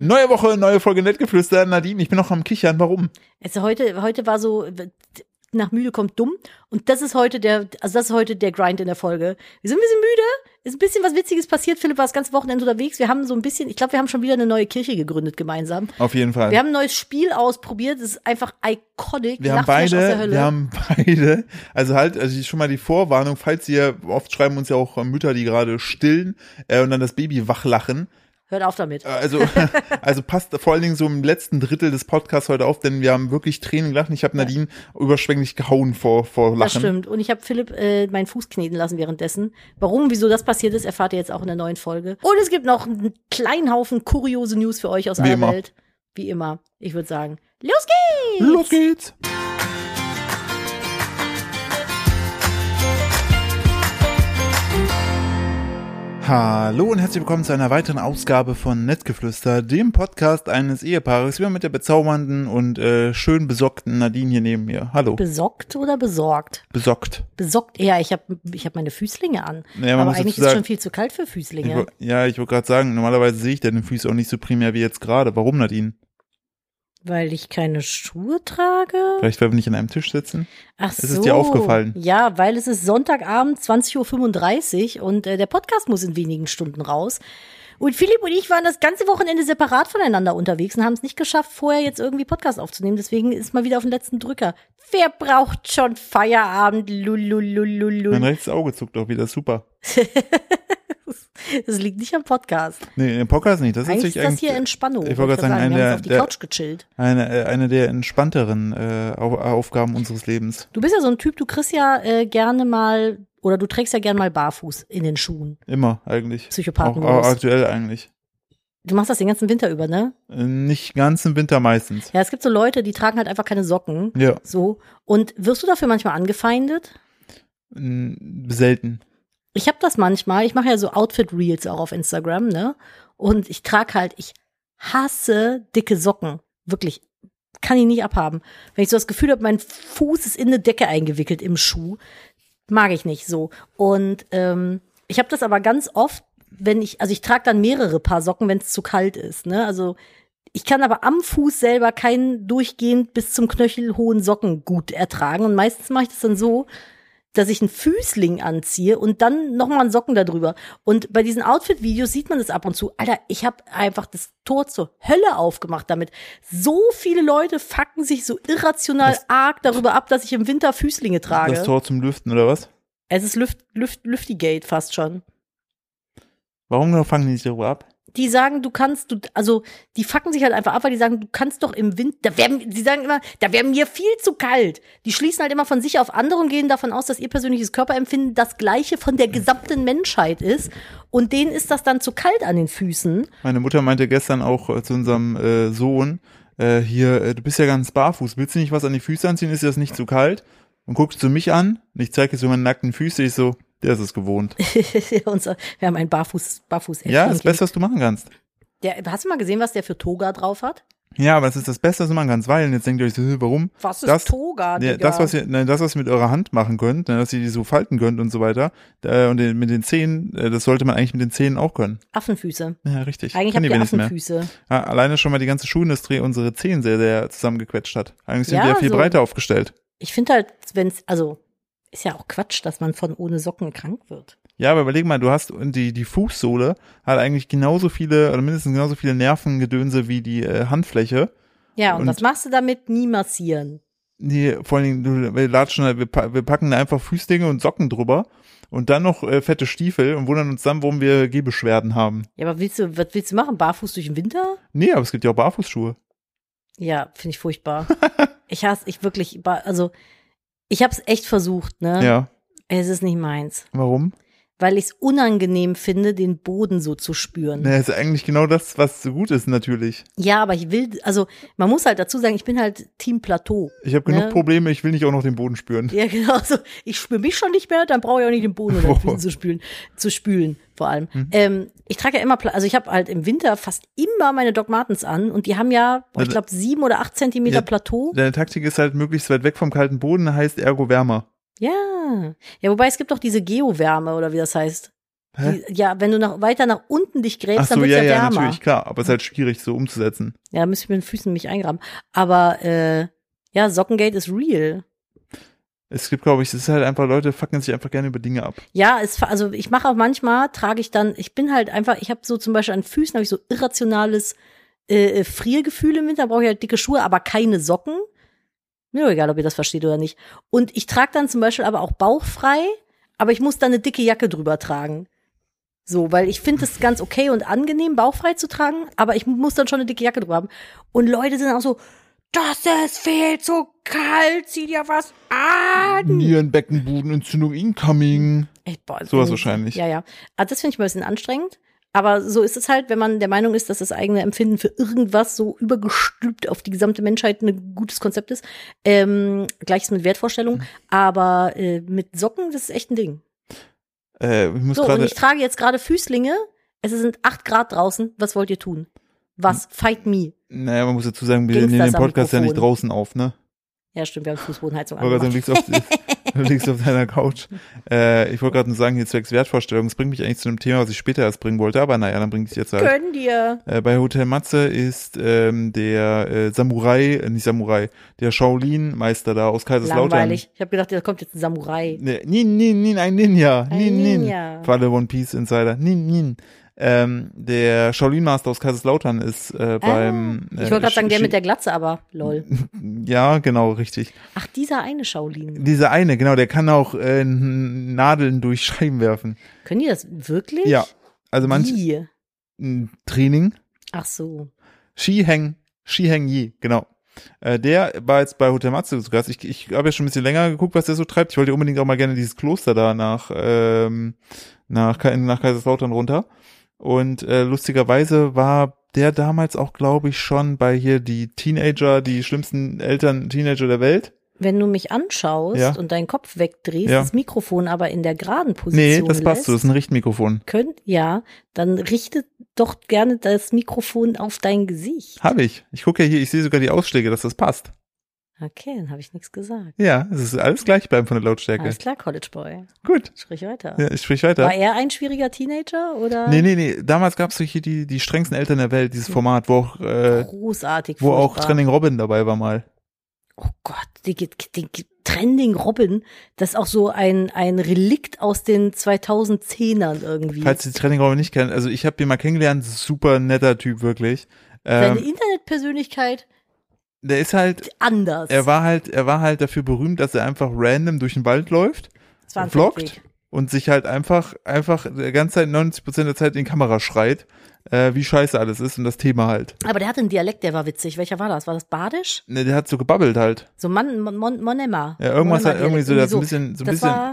Neue Woche, neue Folge Nettgeflüster. Nadine, ich bin noch am Kichern. Warum? Also heute, heute war so, nach müde kommt dumm. Und das ist heute der, also das ist heute der Grind in der Folge. Wir sind ein bisschen müde, ist ein bisschen was Witziges passiert. Philipp war das ganze Wochenende unterwegs. Wir haben so ein bisschen, ich glaube, wir haben schon wieder eine neue Kirche gegründet gemeinsam. Auf jeden Fall. Wir haben ein neues Spiel ausprobiert. Das ist einfach iconic. Wir haben Nachtflash aus der beide, Hölle. wir haben beide, also halt, also schon mal die Vorwarnung, falls ihr, oft schreiben uns ja auch Mütter, die gerade stillen äh, und dann das Baby wachlachen. Hört auf damit. Äh, Also, also passt vor allen Dingen so im letzten Drittel des Podcasts heute auf, denn wir haben wirklich Tränen gelachen. Ich habe Nadine überschwänglich gehauen vor, vor Lachen. Das stimmt. Und ich habe Philipp äh, meinen Fuß kneten lassen währenddessen. Warum, wieso das passiert ist, erfahrt ihr jetzt auch in der neuen Folge. Und es gibt noch einen kleinen Haufen kuriose News für euch aus Wie aller immer. Welt. Wie immer. Ich würde sagen, los geht's! Los geht's! Hallo und herzlich willkommen zu einer weiteren Ausgabe von Nettgeflüster, dem Podcast eines Ehepaares, wieder mit der bezaubernden und äh, schön besockten Nadine hier neben mir. Hallo. Besockt oder besorgt? Besockt. Besockt eher, ich habe ich hab meine Füßlinge an. Naja, man Aber muss dazu eigentlich ist es sagen- schon viel zu kalt für Ich Füßlinge. wo- ja, ich wollte gerade sagen, normalerweise sehe ich deine Füße auch nicht so primär wie jetzt gerade. Warum, Nadine? Weil ich keine Schuhe trage? Vielleicht, weil wir nicht an einem Tisch sitzen? Ach Es so. ist dir aufgefallen. Ja, weil es ist Sonntagabend, 20.35 Uhr und äh, der Podcast muss in wenigen Stunden raus. Und Philipp und ich waren das ganze Wochenende separat voneinander unterwegs und haben es nicht geschafft, vorher jetzt irgendwie Podcast aufzunehmen. Deswegen ist mal wieder auf den letzten Drücker. Wer braucht schon Feierabend? Mein Lululululul. rechtes Auge zuckt auch wieder, super. Das liegt nicht am Podcast. Nee, im Podcast nicht, das ist natürlich Eigentlich ist das hier eigentlich Entspannung. ich wollte wollte gerade sagen, einer wir haben jetzt auf die der- Couch gechillt. eine, äh, eine der entspannteren äh, Au- Aufgaben unseres Lebens. Du bist ja so ein Typ, du kriegst ja äh, gerne mal, oder du trägst ja gerne mal barfuß in den Schuhen. Immer eigentlich. Auch, auch also Psychopathenmodus. aktuell eigentlich. Du machst das den ganzen Winter über, ne? Äh, Nicht ganzen Winter meistens. Ja, es gibt so Leute, die tragen halt einfach keine Socken. Ja, So. Und wirst du dafür manchmal angefeindet? n- selten. Ich habe das manchmal. Ich mache ja so Outfit-Reels auch auf Instagram, ne? Und ich trage halt, ich hasse dicke Socken. Wirklich. Kann ich nicht abhaben. Wenn ich so das Gefühl habe, mein Fuß ist in eine Decke eingewickelt im Schuh, mag ich nicht so. Und ähm, ich habe das aber ganz oft, wenn ich, also ich trage dann mehrere Paar Socken, wenn es zu kalt ist, ne? Also ich kann aber am Fuß selber keinen durchgehend bis zum Knöchel hohen Socken gut ertragen. Und meistens mache ich das dann so, dass ich einen Füßling anziehe und dann nochmal einen Socken darüber. Und bei diesen Outfit-Videos sieht man das ab und zu. Alter, ich habe einfach das Tor zur Hölle aufgemacht damit. So viele Leute fucken sich so irrational Das- arg darüber ab, dass ich im Winter Füßlinge trage. Das Tor zum Lüften oder was? Es ist Lüft, Lüft, Lüftigate fast schon. Warum genau fangen die nicht darüber ab? Die sagen, du kannst, du, also die fucken sich halt einfach ab, weil die sagen, du kannst doch im Wind, da werden, die sagen immer, da wäre mir viel zu kalt. Die schließen halt immer von sich auf andere und gehen davon aus, dass ihr persönliches Körperempfinden das gleiche von der gesamten Menschheit ist. Und denen ist das dann zu kalt an den Füßen. Meine Mutter meinte gestern auch äh, zu unserem äh, Sohn, äh, hier, äh, du bist ja ganz barfuß, willst du nicht was an die Füße anziehen? Ist dir das nicht zu kalt? Und guckst du mich an und ich zeige dir so meine nackten Füße, ich so, der ist es gewohnt. Unser, wir haben ein barfuß, barfuß Ja, das Beste, was du machen kannst. der, Hast du mal gesehen, was der für Toga drauf hat? Ja, aber das ist das Beste, was du machen kannst, weil, und jetzt denkt ihr euch so, "Hä, warum? Was ist Das- Ja, Toga? Digga? Ne, das, was ihr, nein, das, was ihr mit eurer Hand machen könnt, ne, dass ihr die so falten könnt und so weiter, äh, und den, mit den Zähnen, äh, das sollte man eigentlich mit den Zähnen auch können. Affenfüße. Ja, richtig. Eigentlich Können habt die ihr wenigstens mehr. Affenfüße. Ja, alleine schon mal die ganze Schuhindustrie unsere Zehen sehr, sehr zusammengequetscht hat. Eigentlich sind Ja, wir ja viel so. breiter aufgestellt. Ich finde halt, wenn's, also, ist ja auch Quatsch, dass man von ohne Socken krank wird. Ja, aber überleg mal, du hast die, die Fußsohle hat eigentlich genauso viele, oder mindestens genauso viele Nervengedönse wie die äh, Handfläche. Ja, und, Und- was machst du damit? Nie massieren. Nee, vor allen Dingen, du- wir latschen, da- wir, pa- wir packen da einfach Füßlinge und Socken drüber und dann noch äh, fette Stiefel und wundern uns dann, warum wir Gehbeschwerden haben. Ja, aber willst du, was willst du machen? Barfuß durch den Winter? Nee, aber es gibt ja auch Barfußschuhe. Ja, finde ich furchtbar. ich hasse, ich wirklich, ba- also, ich habe es echt versucht, ne? Ja. Es ist nicht meins. Warum? Weil ich es unangenehm finde, den Boden so zu spüren. Na, ist eigentlich genau das, was so gut ist, natürlich. Ja, aber ich will, also, man muss halt dazu sagen, ich bin halt Team Plateau. Ich habe genug Ne? Probleme, ich will nicht auch noch den Boden spüren. Ja, genau. So. Ich spüre mich schon nicht mehr, dann brauche ich auch nicht den Boden unter den Füßen zu spülen, zu spülen vor allem. Ähm, ich trage ja immer, Pla- also ich habe halt im Winter fast immer meine Doc Martens an und die haben ja, boah, ich Also- glaube, sieben oder acht Zentimeter Ja. Plateau. Deine Taktik ist halt möglichst weit weg vom kalten Boden, heißt ergo wärmer. Ja. Ja, wobei es gibt auch diese Geowärme oder wie das heißt. Hä? Die, ja, wenn du nach, weiter nach unten dich Ach gräbst, dann so, wird's ja, ja, ja, wärmer. natürlich, klar. Aber es ist halt schwierig so umzusetzen. Ja, da müsste ich mit den Füßen mich eingraben. Aber äh, ja, Sockengate ist real. Es gibt, glaube ich, es ist halt einfach, Leute fucken sich einfach gerne über Dinge ab. Ja, es, fa- also ich mache auch manchmal, trage ich dann, ich bin halt einfach, ich habe so zum Beispiel an Füßen, habe ich so irrationales äh, äh, Friergefühl im Winter, brauche ich halt dicke Schuhe, aber keine Socken. Mir doch egal, ob ihr das versteht oder nicht. Und ich trage dann zum Beispiel aber auch bauchfrei, aber ich muss dann eine dicke Jacke drüber tragen. So, weil ich finde es ganz okay und angenehm, bauchfrei zu tragen, aber ich muss dann schon eine dicke Jacke drüber haben. Und Leute sind auch so, das ist viel zu kalt, zieh dir was an. Nierenbeckenbudenentzündung incoming. Echt, boah, Sowas mm, wahrscheinlich. Ja, ja. Ah, das finde ich mal ein bisschen anstrengend. Aber so ist es halt, wenn man der Meinung ist, dass das eigene Empfinden für irgendwas so übergestülpt auf die gesamte Menschheit ein gutes Konzept ist. Ähm, Gleiches mit Mhm. Wertvorstellungen. Aber äh, mit Socken, das ist echt ein Ding. Äh, ich muss So, und gerade, ich trage jetzt gerade Füßlinge. Es sind acht Grad draußen. Was wollt ihr tun? Was? Mhm. Fight me. naja, man muss dazu sagen, wir Ging's nehmen das den am Podcast ja nicht Mikrofon? draußen auf, ne? Ja, stimmt, wir haben Fußbodenheizung Olga, du angemacht. liegst auf, du liegst auf deiner Couch. Äh, ich wollte gerade nur sagen, hier zwecks Wertvorstellung. Das bringt mich eigentlich zu einem Thema, was ich später erst bringen wollte, aber naja, dann bringe ich es jetzt halt. Können dir. Äh, bei Hotel Matze ist ähm, der äh, Samurai, äh, nicht Samurai, der Shaolin-Meister da aus Kaiserslautern. Langweilig. Ich habe gedacht, da kommt jetzt ein Samurai. Nee, Nin, Nin, Nin, ein Ninja. Ein Nin, Ninja. Nin. Für alle One Piece Insider. Nin, Nin. Ähm, der Shaolin Master aus Kaiserslautern ist äh, beim. ah, ich wollte gerade sagen, der mit der Glatze, aber lol. Ja, genau, richtig. Ach, dieser eine Shaolin. Dieser eine, genau, der kann auch äh, n- Nadeln durch Scheiben werfen. Können die das wirklich? Ja. Also manch Wie? ein Training. Ach so. Shiheng, Shiheng Yi, genau. Äh, der war jetzt bei Hotel Matsu zu Gast. Ich, ich habe ja schon ein bisschen länger geguckt, was der so treibt. Ich wollte unbedingt auch mal gerne dieses Kloster da nach, ähm, nach, Ka- nach Kaiserslautern runter. Und äh, lustigerweise war der damals auch, glaube ich, schon bei hier die Teenager, die schlimmsten Eltern, Teenager der Welt. Wenn du mich anschaust Ja. und deinen Kopf wegdrehst, Ja. das Mikrofon aber in der geraden Position Nee, das passt so, das ist lässt, ein Richtmikrofon. könnt, ja, dann richte doch gerne das Mikrofon auf dein Gesicht. Habe ich. Ich gucke ja hier, ich sehe sogar die Ausschläge, dass das passt. Okay, dann habe ich nichts gesagt. Ja, es ist alles gleich bleiben von der Lautstärke. Alles klar, College Boy. Gut. Sprich weiter. Ja, ich sprich weiter. War er ein schwieriger Teenager oder Nee, nee, nee. Damals gab's so hier die, die strengsten Eltern der Welt, dieses Format, wo auch, äh, großartig? wo auch Oh, furchtbar. Training Robin dabei war mal. Oh Gott, die, die, die Trending Robin, das ist auch so ein, ein Relikt aus den 2010ern irgendwie. Falls ihr Training Robin nicht kennt, also ich habe den mal kennengelernt, super netter Typ, wirklich. Ähm, Seine Internetpersönlichkeit der ist halt, anders. er war halt, er war halt dafür berühmt, dass er einfach random durch den Wald läuft Es war ein vloggt Fettweg. und sich halt einfach, einfach der ganze Zeit 90% der Zeit in die Kamera schreit, äh, wie scheiße alles ist und das Thema halt. Aber der hatte einen Dialekt, der war witzig. Welcher war das? War das Badisch? Ne, der hat so gebabbelt halt. So Man, Mon, Mon, Monema. Ja, irgendwas hat Monema-Dialekt, irgendwie so, der hat so ein bisschen, so ein das bisschen, war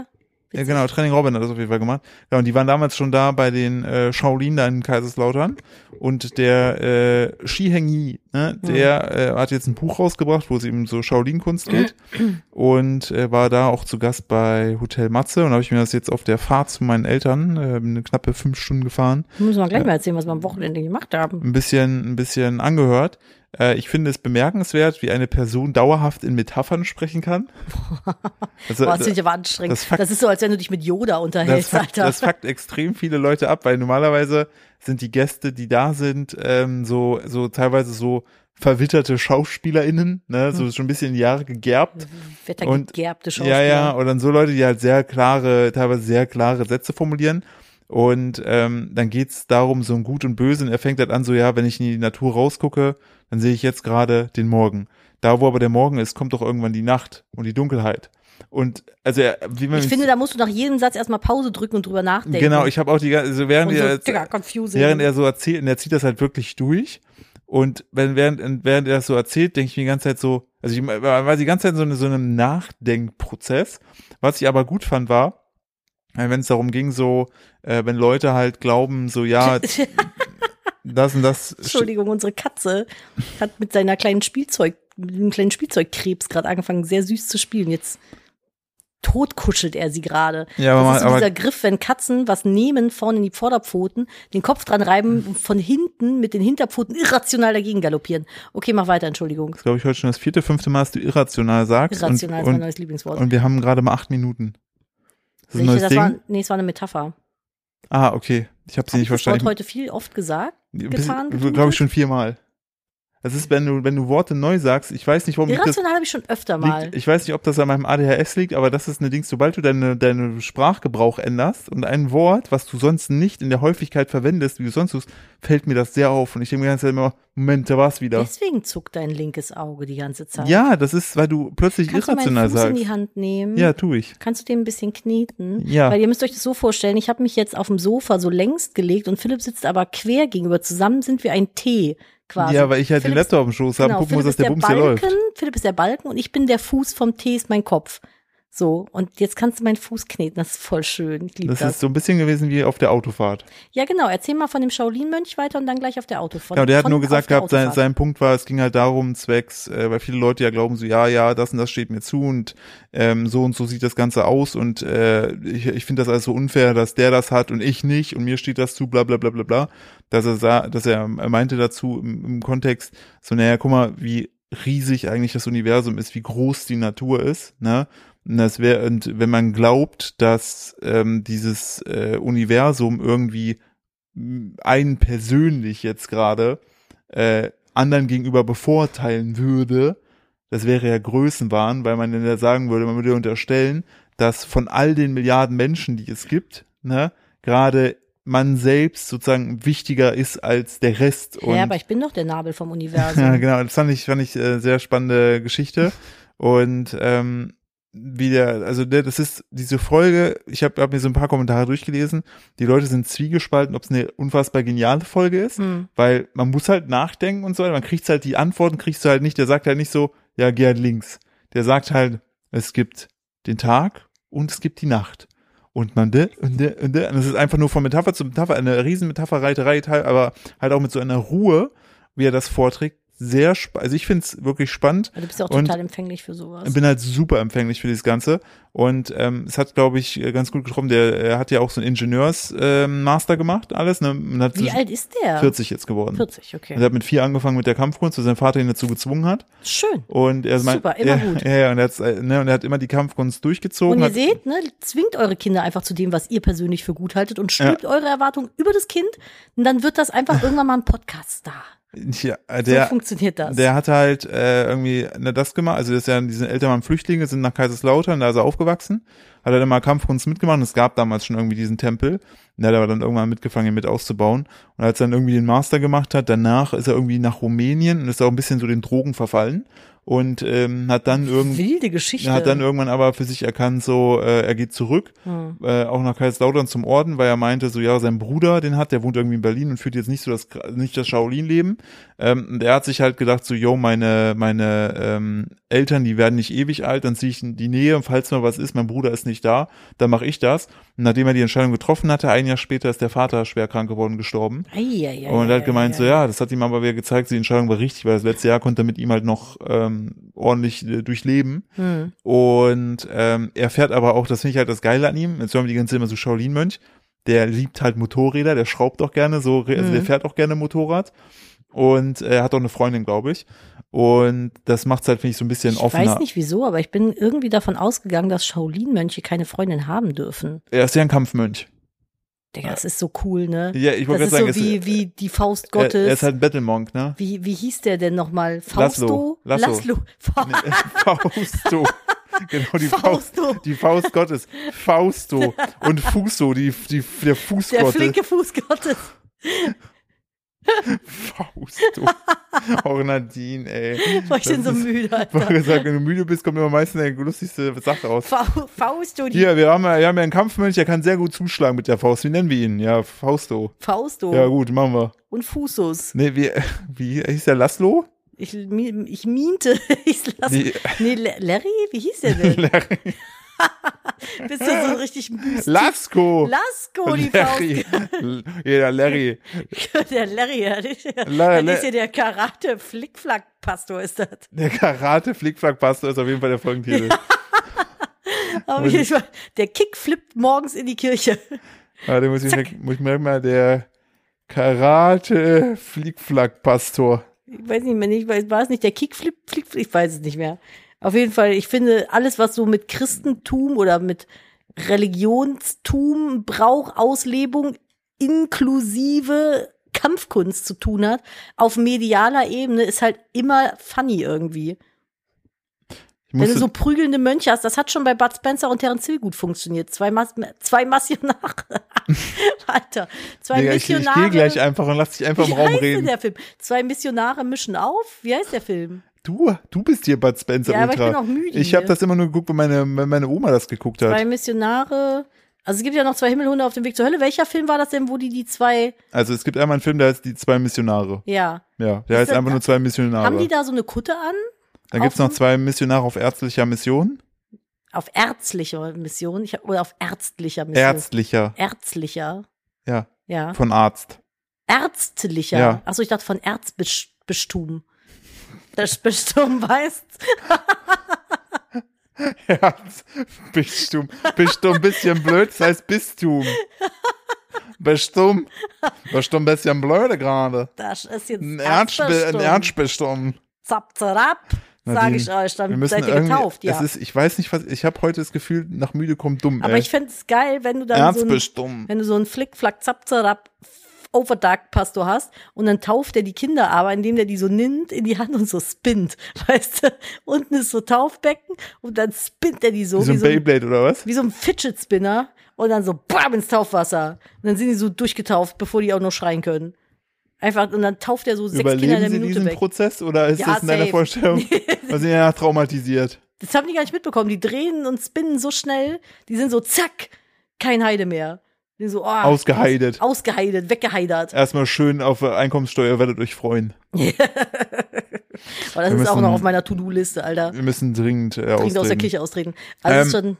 Ja, witzig. genau, Training Robin hat das auf jeden Fall gemacht. Ja, und die waren damals schon da bei den äh, Shaolin da in Kaiserslautern. Und der äh, Shi Heng Yi, ne, der äh, hat jetzt ein Buch rausgebracht, wo es eben so Shaolin-Kunst geht. und äh, war da auch zu Gast bei Hotel Matze. Und habe ich mir das jetzt auf der Fahrt zu meinen Eltern, äh, bin eine knappe fünf Stunden gefahren, Müssen wir gleich mal erzählen, was wir am Wochenende gemacht haben. ein bisschen, ein bisschen angehört. Äh, ich finde es bemerkenswert, wie eine Person dauerhaft in Metaphern sprechen kann. Also, Boah, das finde ich aber anstrengend. das Das, fuckt- ist so, als wenn du dich mit Yoda Das unterhältst, fuckt, Alter. das fuckt extrem viele Leute ab, weil normalerweise sind die Gäste, die da sind, ähm, so, so teilweise so verwitterte SchauspielerInnen, Hm. ne, so schon ein bisschen in die Jahre gegerbt. und- Wettergegerbte Schauspieler. Ja, ja, und dann so Leute, die halt sehr klare, teilweise sehr klare Sätze formulieren. Und ähm, dann geht's darum, so ein Gut und Böse. Und er fängt halt an, so ja, wenn ich in die Natur rausgucke, dann sehe ich jetzt gerade den Morgen. Da, wo aber der Morgen ist, kommt doch irgendwann die Nacht und die Dunkelheit. Und also er, wie man Ich finde, da musst du nach jedem Satz erstmal Pause drücken und drüber nachdenken. Genau, ich habe auch die ganze, also während, und so, er, Digga, confusing. während er so erzählt, und er zieht das halt wirklich durch. Und wenn, während, und während er das so erzählt, denke ich mir die ganze Zeit so, also ich war die ganze Zeit so in so einem Nachdenkprozess. Was ich aber gut fand war, äh, wenn es darum ging, so, äh, wenn Leute halt glauben, so, ja, das und das. Entschuldigung, unsere Katze hat mit seiner kleinen Spielzeug, mit einem kleinen Spielzeugkrebs gerade angefangen, sehr süß zu spielen. Jetzt totkuschelt er sie gerade. Ja, aber, Das ist man- aber so dieser Griff, wenn Katzen was nehmen, vorne in die Vorderpfoten, den Kopf dran reiben Mhm. und von hinten mit den Hinterpfoten irrational dagegen galoppieren. Okay, mach weiter, Entschuldigung. das glaube ich heute schon das vierte, fünfte Mal, dass du irrational sagst. Irrational ist mein und, und, neues Lieblingswort. und wir haben gerade mal acht Minuten. Das ist ein Welche? neues das Ding. war, nee, es war eine Metapher. Ah, okay. Ich habe sie nicht Hab ich das verstanden. Wort heute viel oft gesagt. getan, getutet? Glaube ich schon viermal. Das ist, wenn du, wenn du Worte neu sagst, ich weiß nicht, warum ich das Irrational habe ich schon öfter mal. liegt, ich weiß nicht, ob das an meinem ADHS liegt, aber das ist eine Dings, sobald du deine, deine Sprachgebrauch änderst und ein Wort, was du sonst nicht in der Häufigkeit verwendest, wie du sonst tust, fällt mir das sehr auf. Und ich denke mir die ganze Zeit immer, Moment, da war's wieder. Deswegen zuckt dein linkes Auge die ganze Zeit. Ja, das ist, weil du plötzlich Kannst du meinen irrational Fuß in sagst. die Hand nehmen? Ja, tu ich. Kannst du den ein bisschen kneten? Ja. Weil ihr müsst euch das so vorstellen, ich habe mich jetzt auf dem Sofa so längst gelegt und Philipp sitzt aber quer gegenüber. Zusammen sind wir ein T quasi. Ja, weil ich halt den Philipp ist- Laptop im Schoß habe, genau, gucken muss, Philipp dass ist der, der Bums hier läuft. Balken, Philipp ist der Balken und ich bin der Fuß vom T ist mein Kopf. So, und jetzt kannst du meinen Fuß kneten, das ist voll schön. Ich liebe Das das. ist so ein bisschen gewesen wie auf der Autofahrt. ja, genau, erzähl mal von dem Shaolin-Mönch weiter und dann gleich auf der Autofahrt. Ja, Genau, der hat von- nur auf gesagt der gehabt, sein, Autofahrt. sein Punkt war, es ging halt darum, zwecks, äh, weil viele Leute ja glauben so, ja, ja, das und das steht mir zu und ähm, so und so sieht das Ganze aus und äh, ich, ich finde das alles so unfair, dass der das hat und ich nicht und mir steht das zu, bla bla bla bla bla. Dass er sah, dass er meinte dazu im, im Kontext, so, naja, guck mal, wie riesig eigentlich das Universum ist, wie groß die Natur ist, ne? Und das wäre, und wenn man glaubt, dass ähm, dieses äh, Universum irgendwie m, einen persönlich jetzt gerade äh, anderen gegenüber bevorteilen würde, das wäre ja Größenwahn, weil man dann ja sagen würde, man würde ja unterstellen, dass von all den Milliarden Menschen, die es gibt, ne, gerade man selbst sozusagen wichtiger ist als der Rest. ja, und aber ich bin doch der Nabel vom ja, Universum. genau. Das fand ich, fand ich äh, sehr spannende Geschichte. Und ähm, wie der, also der, das ist diese Folge, ich habe hab mir so ein paar Kommentare durchgelesen, die Leute sind zwiegespalten, ob es eine unfassbar geniale Folge ist, hm. weil man muss halt nachdenken und so weiter, man kriegt halt die Antworten, kriegst du halt nicht, der sagt halt nicht so, ja, geh halt links. Der sagt halt, es gibt den Tag und es gibt die Nacht. Und man, de, und de, und de, und es ist einfach nur von Metapher zu Metapher, eine riesen Metapherreiterei, teil- aber halt auch mit so einer Ruhe, wie er das vorträgt, sehr, spa- also ich find's wirklich spannend, Du bist ja auch Und- total empfänglich für sowas. ich bin halt super empfänglich für das Ganze. Und ähm, es hat, glaube ich, ganz gut getroffen. Der äh, hat ja auch so einen Ingenieurs-Master gemacht, alles. Ne? Und hat Wie zwischen- alt ist der? 40 jetzt geworden. 40, okay. Und Also er hat mit vier angefangen mit der Kampfkunst, weil sein Vater ihn dazu gezwungen hat. Schön. Und er meint, Super, immer ja, gut. Ja, ja, und er, hat's, äh, ne, und er hat immer die Kampfkunst durchgezogen. Und ihr hat, seht, ne, zwingt eure Kinder einfach zu dem, was ihr persönlich für gut haltet und stülpt eure Erwartungen über das Kind und dann wird das einfach irgendwann mal ein Podcast-Star. ja, äh, So der, funktioniert das. der hat halt äh, irgendwie ne, das gemacht. Also das ist ja diese Eltern waren Flüchtlinge, sind nach Kaiserslautern, da ist er aufgewachsen. Hat er dann mal Kampfkunst mitgemacht und es gab damals schon irgendwie diesen Tempel. Und er hat aber dann irgendwann mitgefangen, ihn mit auszubauen. Und als er dann irgendwie den Master gemacht hat, danach ist er irgendwie nach Rumänien und ist auch ein bisschen so den Drogen verfallen. Und ähm, hat dann irgendwie Wilde Geschichte. Er hat dann irgendwann aber für sich erkannt, so äh, er geht zurück, Hm. äh, auch nach Kaiserslautern zum Orden, weil er meinte, so ja, sein Bruder, den hat, der wohnt irgendwie in Berlin und führt jetzt nicht so das nicht das Shaolin-Leben. Ähm, und er hat sich halt gedacht, so yo, meine meine ähm, Eltern, die werden nicht ewig alt, dann ziehe ich in die Nähe und falls mal was ist, mein Bruder ist nicht da, dann mache ich das. Und nachdem er die Entscheidung getroffen hatte, ein Jahr später ist der Vater schwer krank geworden, gestorben. Eieiei. Und er hat gemeint, so ja, das hat ihm aber wieder gezeigt, die Entscheidung war richtig, weil das letzte Jahr konnte er mit ihm halt noch ähm, ordentlich äh, durchleben. Hm. Und ähm, er fährt aber auch, das finde ich halt das Geile an ihm, jetzt hören wir die ganze Zeit immer so Shaolin-Mönch, der liebt halt Motorräder, der schraubt auch gerne, so, also Mhm. der fährt auch gerne Motorrad und er hat auch eine Freundin, glaube ich. Und das macht's halt, finde ich, so ein bisschen Ich offener. weiß nicht wieso, aber ich bin irgendwie davon ausgegangen, dass Shaolin-Mönche keine Freundin haben dürfen. Er ist ja ein Kampfmönch. Digga, das ist so cool, ne? Ja, ich das wollte ist gerade sagen, so es- wie, wie die Faust er, Gottes. er ist halt ein Battlemonk, ne? wie, wie hieß der denn nochmal? Laszlo. Fausto? Laszlo. Laszlo. Nee, Fausto. genau, die Faust. Fausto. Die Faust Gottes. Fausto. Und Fuso, die, die, der Fußgott. Der flinke Fuß Gottes. Fausto. Auch Nadine, ey. War ich denn so Das ist- müde, Ich wollte Alter? gerade sagen, wenn du müde bist, kommt immer meistens eine lustigste Sache raus. Fa Fausto, die Hier, wir haben, ja- wir haben ja einen Kampfmönch, der kann sehr gut zuschlagen mit der Faust. Wie nennen wir ihn? Ja, Fausto. Fausto Ja, gut, machen wir. und Fusus. Nee, wie, wie hieß der Laszlo? Ich, mi- ich miente. Ich lass, Die- nee, Le- Larry? Wie hieß der denn? Bist du so richtig mystik? Lasko! Lasko, die Larry. L- Jeder Larry. Faust. Der Larry, ja, das ist ja- La- das ist La- ja der karate flickflack pastor ist das. Der karate flickflack pastor ist auf jeden Fall der Folgentitel. Aber Und- ich, der Kick flippt morgens in die Kirche. Ja, Ah, den muss ich, mir- muss ich mir mal der karate flickflack pastor Ich weiß nicht mehr, ich weiß, war es nicht der Kickflip, Flick, ich weiß es nicht mehr. Auf jeden Fall, ich finde, alles, was so mit Christentum oder mit Religionstum, Brauch, Auslebung inklusive Kampfkunst zu tun hat, auf medialer Ebene ist halt immer funny irgendwie. Ich Wenn du musste, so prügelnde Mönche hast, das hat schon bei Bud Spencer und Terence Hill gut funktioniert. Zwei, Mas zwei Missionare. Alter, zwei Digga, ich, ich Missionare. gehe gleich einfach und lass dich einfach im Wie Raum heißt denn reden. der Film? Zwei Missionare mischen auf? Wie heißt der Film? Du, du bist hier Bud Spencer Ja, aber ich Ultra. bin auch müde Ich habe hier. das immer nur geguckt, wenn meine, wenn meine Oma das geguckt hat. Zwei Missionare. Also es gibt ja noch zwei Himmelhunde auf dem Weg zur Hölle. Welcher Film war das denn, wo die die zwei, Also es gibt einmal einen Film, der heißt Die zwei Missionare. ja. Ja, der heißt das- einfach nur zwei Haben die Missionare. da so eine Kutte an? Dann gibt's auch- noch zwei Missionare auf ärztlicher Mission. Auf ärztlicher Mission? Ich hab, oder auf ärztlicher Mission? Ärztlicher, Ärztlicher, ja, ja. von Arzt. Ärztlicher. Ja. Achso, ich dachte von Erzbistum. Das Bistum weißt. Herz, Bistum, Bistum, bisschen blöd, das heißt Bistum. Bistum, Bistum, bisschen blöde gerade. Das ist jetzt Ein Erzbi- ein Erzbistum. Erzbistum. Zap, zap, sag Nadine, ich euch. Wir Dann müssen seid ihr irgendwie, getauft, ja. es ist, ich weiß nicht, was, ich habe heute das Gefühl, nach müde kommt dumm, äh. Aber ey. ich fände es geil, wenn du dann so ein, Erzbistum. wenn du so einen Flickflack, zap, zap, Overdark-Pastor hast und dann tauft er die Kinder aber, indem der die so nimmt in die Hand und so spinnt. Weißt du? Unten ist so Taufbecken und dann spinnt er die so Wie so ein Beyblade oder was? wie so ein Fidget Spinner und dann so bam ins Taufwasser. Und dann sind die so durchgetauft, bevor die auch noch schreien können. Einfach, und dann tauft er so sechs Kinder in Überleben der sie Minute diesen weg. Prozess oder ist Ja, das in deiner safe. Vorstellung? Man sind danach traumatisiert. Das haben die gar nicht mitbekommen. Die drehen und spinnen so schnell, die sind so zack, kein Heide mehr. Die sind so, oh, Ausgeheidet. ausgeheidet, weggeheidert. Erstmal schön auf äh, Einkommenssteuer, werdet euch freuen. Aber das wir ist auch müssen noch auf meiner To-Do-Liste, Alter. Wir müssen dringend äh, Dringend aus der austreten. Kirche austreten. Also es ist schon, Äh, Ich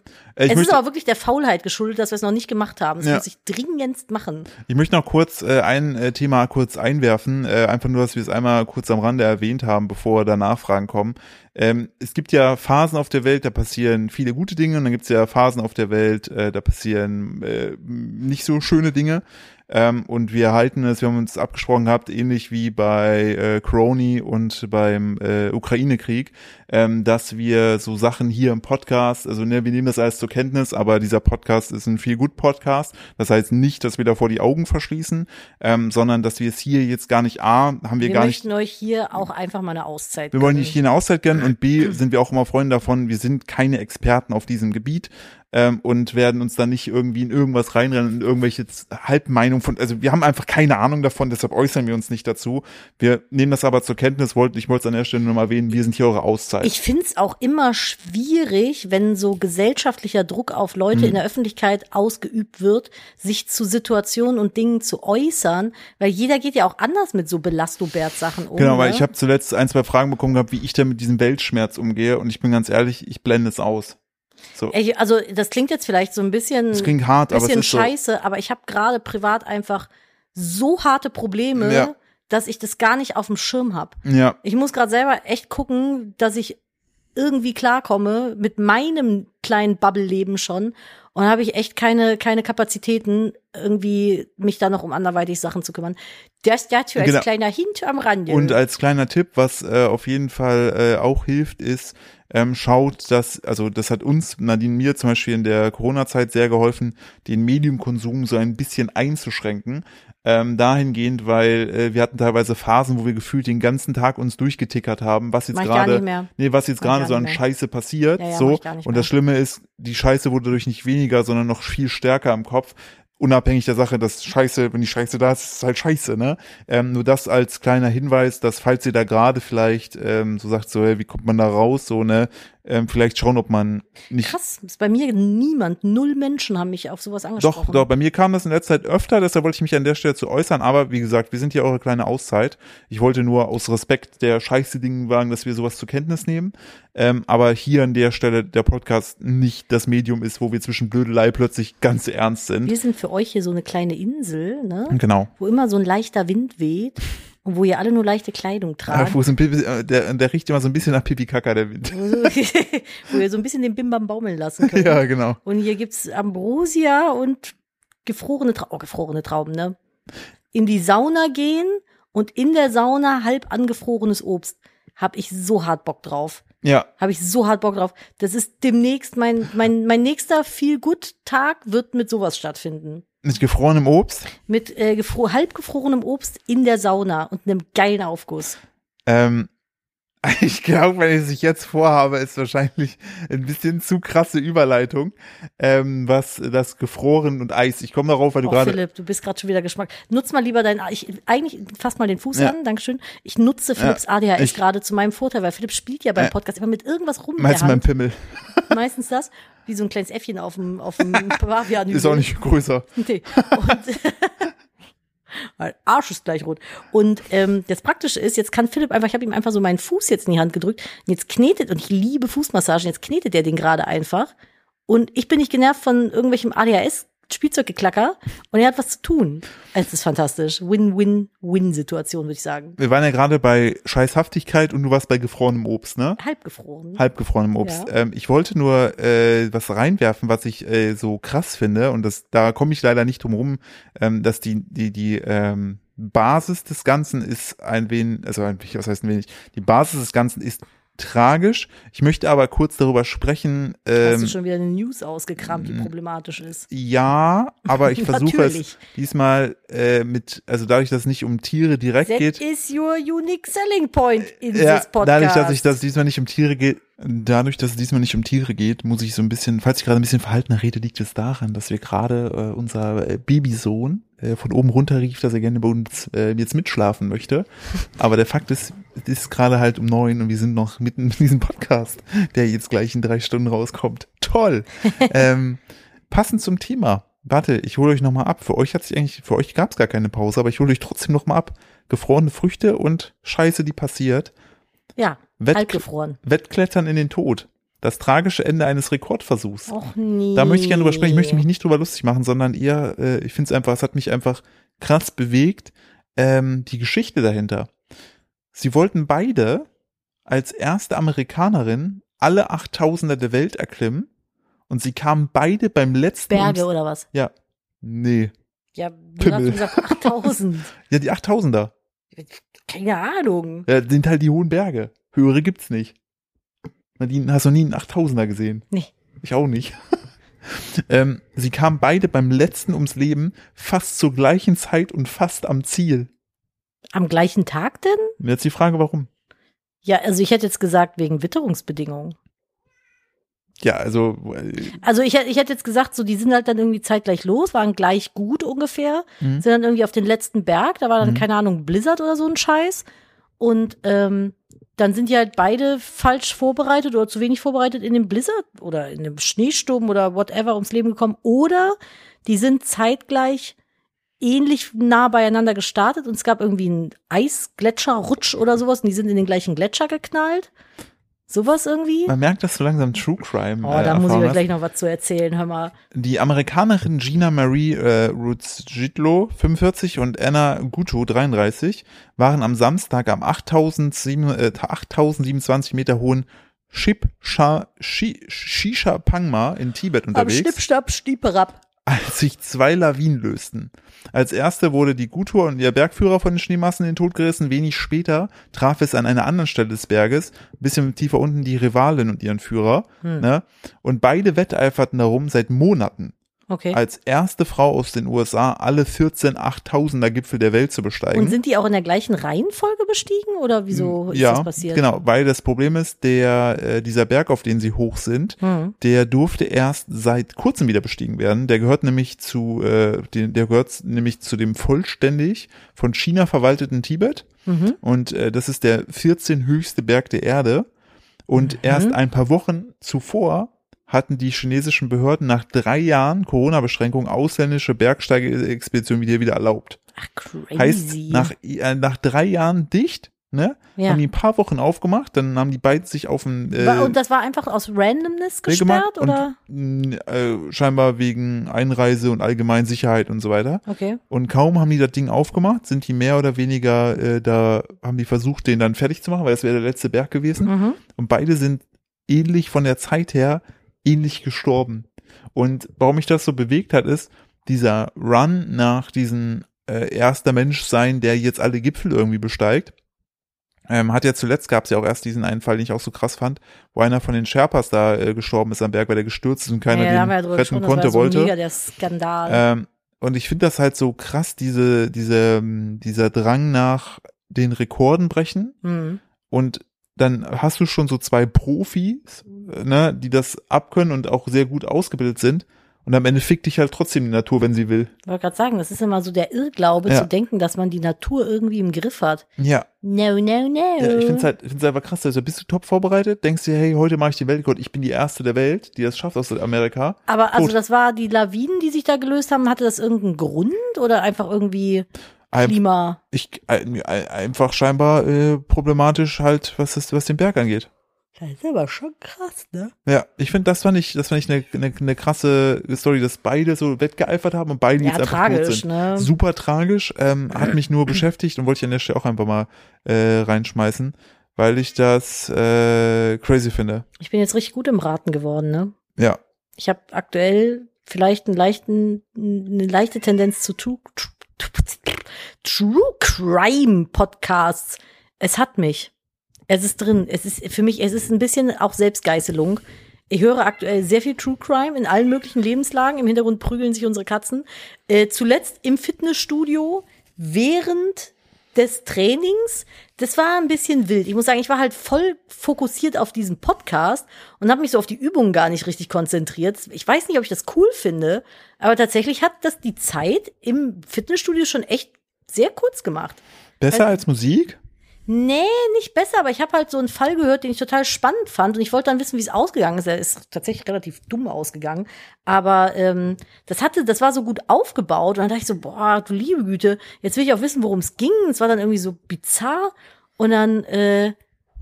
es ist möchte, aber wirklich der Faulheit geschuldet, dass wir es noch nicht gemacht haben. Das Ja. muss ich dringendst machen. ich möchte noch kurz äh, ein äh, Thema kurz einwerfen, äh, einfach nur, dass wir es einmal kurz am Rande erwähnt haben, bevor da Nachfragen kommen. Ähm, es gibt ja Phasen auf der Welt, da passieren viele gute Dinge und dann gibt es ja Phasen auf der Welt, äh, da passieren äh, nicht so schöne Dinge. Ähm, und wir halten es, wir haben uns abgesprochen gehabt, ähnlich wie bei äh, Crony und beim äh, Ukraine-Krieg, ähm, dass wir so Sachen hier im Podcast, also ne, wir nehmen das alles zur Kenntnis, aber dieser Podcast ist ein viel gut Podcast. Das heißt nicht, dass wir davor die Augen verschließen, ähm, sondern dass wir es hier jetzt gar nicht A, haben wir, Wir gar nicht möchten euch hier auch einfach mal eine Auszeit wir wollen gönnen. nicht hier eine Auszeit gönnen und B sind wir auch immer Freunde davon, wir sind keine Experten auf diesem Gebiet ähm, und werden uns da nicht irgendwie in irgendwas reinrennen und irgendwelche Z- Halbmeinungen von, also wir haben einfach keine Ahnung davon, deshalb äußern wir uns nicht dazu. Wir nehmen das aber zur Kenntnis, wollten, ich wollte es an der Stelle nur mal erwähnen, wir sind hier eure Auszeit. Ich finde es auch immer schwierig, wenn so gesellschaftlicher Druck auf Leute Mhm. in der Öffentlichkeit ausgeübt wird, sich zu Situationen und Dingen zu äußern, weil jeder geht ja auch anders mit so Belastobert-Sachen um. genau, ne? weil ich habe zuletzt ein, zwei Fragen bekommen gehabt, wie ich da mit diesem Weltschmerz umgehe und ich bin ganz ehrlich, ich blende es aus. So, Ey, also das klingt jetzt vielleicht so ein bisschen, es klingt hart, aber es Hm. bisschen ist so. scheiße, aber ich habe gerade privat einfach so harte Probleme, Ja. dass ich das gar nicht auf dem Schirm habe. Ja, Ich muss gerade selber echt gucken, dass ich irgendwie klarkomme mit meinem kleinen Bubble-Leben schon. Und da habe ich echt keine, keine Kapazitäten, irgendwie mich da noch um anderweitig Sachen zu kümmern. Das dazu als Genau. kleiner Hint am Rande. Und als kleiner Tipp, was äh, auf jeden Fall äh, auch hilft, ist, ähm, schaut, dass, also das hat uns, Nadine mir zum Beispiel in der Corona-Zeit sehr geholfen, den Mediumkonsum so ein bisschen einzuschränken. Ähm, dahingehend, weil äh, wir hatten teilweise Phasen, wo wir gefühlt den ganzen Tag uns durchgetickert haben, was jetzt Mach ich gar nicht gerade, mehr. nee, was jetzt Mach ich gerade gar so an nicht mehr. Scheiße passiert. Ja, ja, mach so. ich gar nicht Und das mehr. Schlimme ist, die Scheiße wurde dadurch nicht weniger, sondern noch viel stärker im Kopf. Unabhängig der Sache, dass Scheiße, wenn die Scheiße da ist, ist es halt Scheiße, ne? Ähm, nur das als kleiner Hinweis, dass falls ihr da gerade vielleicht ähm, so sagt, so, hey, wie kommt man da raus, so, ne? Ähm, vielleicht schauen, ob man nicht. Krass, ist bei mir niemand, null Menschen haben mich auf sowas Doch, angesprochen. doch, bei mir kam das in letzter Zeit öfter, deshalb wollte ich mich an der Stelle zu äußern, aber wie gesagt, wir sind hier eure kleine Auszeit. Ich wollte nur aus Respekt der scheiße Dingen wagen, dass wir sowas zur Kenntnis nehmen. Ähm, aber hier an der Stelle der Podcast nicht das Medium ist, wo wir zwischen Blödelei plötzlich ganz ernst sind. Wir sind für euch hier so eine kleine Insel, ne? Genau. wo immer so ein leichter Wind weht und wo ihr alle nur leichte Kleidung Ja, tragt. wo es ein Pipi, äh, der, der riecht immer so ein bisschen nach Pipi-Kaka, der Wind. wo ihr so ein bisschen den Bimbam baumeln lassen könnt. Ja, genau. Und hier gibt's Ambrosia und gefrorene Trauben, oh, gefrorene Trauben, ne? In die Sauna gehen und in der Sauna halb angefrorenes Obst. Hab ich so hart Bock drauf. Ja, Habe ich so hart Bock drauf. Das ist demnächst mein, mein, mein nächster viel gut Tag wird mit sowas stattfinden. mit gefrorenem Obst. Mit äh, gefro halbgefrorenem Obst in der Sauna und einem geilen Aufguss. Ähm, ich glaube, wenn ich es jetzt vorhabe, ist wahrscheinlich ein bisschen zu krasse Überleitung, ähm, was das Gefroren und Eis. Ich komme darauf, weil du Oh, gerade Philipp, du bist gerade schon wieder Geschmack. Nutz mal lieber deinen, ich, eigentlich, fass mal den Fuß Ja. an, Dankeschön. Ich nutze Philipps ADHS ich- gerade zu meinem Vorteil, weil Philipp spielt ja beim Ja. Podcast immer mit irgendwas rum in der meinst du mein Hand. Pimmel? Meistens das, wie so ein kleines Äffchen auf dem, auf dem Pavian. Ist auch nicht größer. Nee. Und mein Arsch ist gleich rot. Und ähm, das Praktische ist, jetzt kann Philipp einfach, ich habe ihm einfach so meinen Fuß jetzt in die Hand gedrückt und jetzt knetet, und ich liebe Fußmassagen, jetzt knetet er den gerade einfach. Und ich bin nicht genervt von irgendwelchem ADHS-Spielzeuggeklacker und er hat was zu tun. Es ist fantastisch. Win-win-win-Situation, würde ich sagen. Wir waren ja gerade bei Scheißhaftigkeit und du warst bei gefrorenem Obst, ne? Halbgefroren. Halbgefrorenem Obst. Ja. Ähm, ich wollte nur äh, was reinwerfen, was ich äh, so krass finde und das, da komme ich leider nicht drum rum, ähm, dass die die die ähm, Basis des Ganzen ist ein wenig, also ein, was heißt ein wenig, die Basis des Ganzen ist tragisch. Ich möchte aber kurz darüber sprechen. Hast du Ähm, schon wieder eine News ausgekramt, die problematisch ist? ja, aber ich versuche es Natürlich. diesmal äh, mit, also dadurch, dass es nicht um Tiere direkt That geht, is your unique selling point in ja, this podcast. dadurch, dass ich dass es diesmal nicht um Tiere geht, dadurch, dass es diesmal nicht um Tiere geht, muss ich so ein bisschen, falls ich gerade ein bisschen verhaltener rede, liegt es daran, dass wir gerade äh, unser äh, Babysohn äh, von oben runter rief, dass er gerne bei uns äh, jetzt mitschlafen möchte. Aber der Fakt ist, es ist gerade halt um neun und wir sind noch mitten in diesem Podcast, der jetzt gleich in drei Stunden rauskommt. Toll. ähm, passend zum Thema. Warte, ich hole euch nochmal ab. Für euch hat sich eigentlich, für euch gab es gar keine Pause, aber ich hole euch trotzdem nochmal ab. Gefrorene Früchte und Scheiße, die passiert. ja, Wett- halbgefroren. Wettklettern in den Tod. Das tragische Ende eines Rekordversuchs. Och nee. Da möchte ich gerne drüber sprechen. Ich möchte mich nicht drüber lustig machen, sondern eher, äh, ich finde es einfach, es hat mich einfach krass bewegt, ähm, die Geschichte dahinter. Sie wollten beide als erste Amerikanerin alle 8000er der Welt erklimmen und sie kamen beide beim letzten. Berge ums- oder was? Ja. Nee. Ja, du hast Pimmel. gesagt 8000. Ja, die 8000er. Keine Ahnung. Ja, sind halt die hohen Berge. Höhere gibt's nicht. Nadine, hast du nie einen 8000er gesehen? Nee. Ich auch nicht. ähm, sie kamen beide beim letzten ums Leben fast zur gleichen Zeit und fast am Ziel. Am gleichen Tag denn? Und Jetzt die Frage, warum? Ja, also ich hätte jetzt gesagt wegen Witterungsbedingungen. Ja, also, äh, Also ich, hätte- ich hätte jetzt gesagt, so die sind halt dann irgendwie zeitgleich los, waren gleich gut ungefähr, Mhm. sind dann irgendwie auf den letzten Berg, da war dann Mhm. keine Ahnung Blizzard oder so ein Scheiß und ähm, dann sind die halt beide falsch vorbereitet oder zu wenig vorbereitet in dem Blizzard oder in dem Schneesturm oder whatever ums Leben gekommen oder die sind zeitgleich ähnlich nah beieinander gestartet und es gab irgendwie einen Eisgletscherrutsch oder sowas und die sind in den gleichen Gletscher geknallt. Sowas irgendwie? man merkt, dass du langsam True Crime Oh, äh, da muss ich erfahren euch hast. gleich noch was zu erzählen, hör mal. Die Amerikanerin Gina Marie äh, Ruzzillo, 45, und Anna Guto, 33, waren am Samstag am 8007, äh, 8027 Meter hohen Shipsha, Shi, Shisha Pangma in Tibet Am unterwegs, Schnippschnapp, Stieperab. als sich zwei Lawinen lösten. Als erste wurde die Guto und ihr Bergführer von den Schneemassen in den Tod gerissen. Wenig später traf es an einer anderen Stelle des Berges, ein bisschen tiefer unten, die Rivalin und ihren Führer. Ne? Und beide wetteiferten darum seit Monaten Okay. als erste Frau aus den USA alle 14 8000er Gipfel der Welt zu besteigen. Und sind die auch in der gleichen Reihenfolge bestiegen oder wieso ist ja, das passiert? genau, weil das Problem ist, der äh, dieser Berg, auf den sie hoch sind, Hm. der durfte erst seit kurzem wieder bestiegen werden. Der gehört nämlich zu äh, den, der gehört nämlich zu dem vollständig von China verwalteten Tibet Mhm. und äh, das ist der 14 höchste Berg der Erde und Mhm. erst ein paar Wochen zuvor hatten die chinesischen Behörden nach drei Jahren Corona-Beschränkung ausländische Bergsteigerexpeditionen wieder wieder erlaubt. Ach, crazy. Heißt, nach, äh, nach drei Jahren dicht, ne? Ja. Haben die ein paar Wochen aufgemacht, dann haben die beiden sich auf dem äh, War- und das war einfach aus Randomness Weg gesperrt oder? und mh, äh, scheinbar wegen Einreise und allgemein Sicherheit und so weiter. Okay. Und kaum haben die das Ding aufgemacht, sind die mehr oder weniger äh, da, haben die versucht, den dann fertig zu machen, weil das wäre der letzte Berg gewesen. Mhm. Und beide sind ähnlich von der Zeit her ähnlich gestorben. Und warum mich das so bewegt hat, ist dieser Run nach diesem äh, erster Mensch sein, der jetzt alle Gipfel irgendwie besteigt, Ähm, hat ja zuletzt gab es ja auch erst diesen einen Fall, den ich auch so krass fand, wo einer von den Sherpas da äh, gestorben ist am Berg, weil der gestürzt ist und keiner ja, da haben den wir ja drüber retten gesprochen, das konnte, war so wollte. mega der Skandal. Ähm, und ich finde das halt so krass, diese, diese, ähm, dieser Drang nach den Rekorden brechen. Hm. Und dann hast du schon so zwei Profis, äh, ne, die das abkönnen und auch sehr gut ausgebildet sind. Und am Ende fickt dich halt trotzdem die Natur, wenn sie will. Ich wollte gerade sagen, das ist immer so der Irrglaube Ja. zu denken, dass man die Natur irgendwie im Griff hat. Ja, No, no, no. ja ich finde es halt, ich find's einfach krass. Also bist du top vorbereitet, denkst dir, hey, heute mache ich den Weltrekord, ich bin die Erste der Welt, die das schafft aus Amerika. Aber also Tot. das war die Lawinen, die sich da gelöst haben, hatte das irgendeinen Grund oder einfach irgendwie Ein, Klima? ich, ein, ein- einfach scheinbar äh, problematisch halt, was, das, was den Berg angeht. Das ist aber schon krass, ne? Ja, ich finde, das fand ich, das fand ich eine, eine, eine krasse Story, dass beide so wettgeeifert haben und beide Ja, jetzt einfach tot tragisch, sind. ne? Super tragisch, ähm, hat mich nur beschäftigt und wollte ich an der Stelle auch einfach mal äh, reinschmeißen, weil ich das äh, crazy finde. Ich bin jetzt richtig gut im Raten geworden, ne? Ja, Ich habe aktuell vielleicht einen leichten, eine leichte Tendenz zu True, True Crime Podcasts. Es hat mich. Es ist drin. Es ist für mich, es ist ein bisschen auch Selbstgeißelung. Ich höre aktuell sehr viel True Crime in allen möglichen Lebenslagen. Im Hintergrund prügeln sich unsere Katzen. Äh, zuletzt im Fitnessstudio während des Trainings. Das war ein bisschen wild. Ich muss sagen, ich war halt voll fokussiert auf diesen Podcast und habe mich so auf die Übungen gar nicht richtig konzentriert. Ich weiß nicht, ob ich das cool finde, aber tatsächlich hat das die Zeit im Fitnessstudio schon echt sehr kurz gemacht. besser als Musik? Nee, nicht besser, aber ich habe halt so einen Fall gehört, den ich total spannend fand und ich wollte dann wissen, wie es ausgegangen ist. Er ist tatsächlich relativ dumm ausgegangen, aber ähm, das hatte, das war so gut aufgebaut und dann dachte ich so, boah, du liebe Güte, jetzt will ich auch wissen, worum es ging. Es war dann irgendwie so bizarr und dann äh,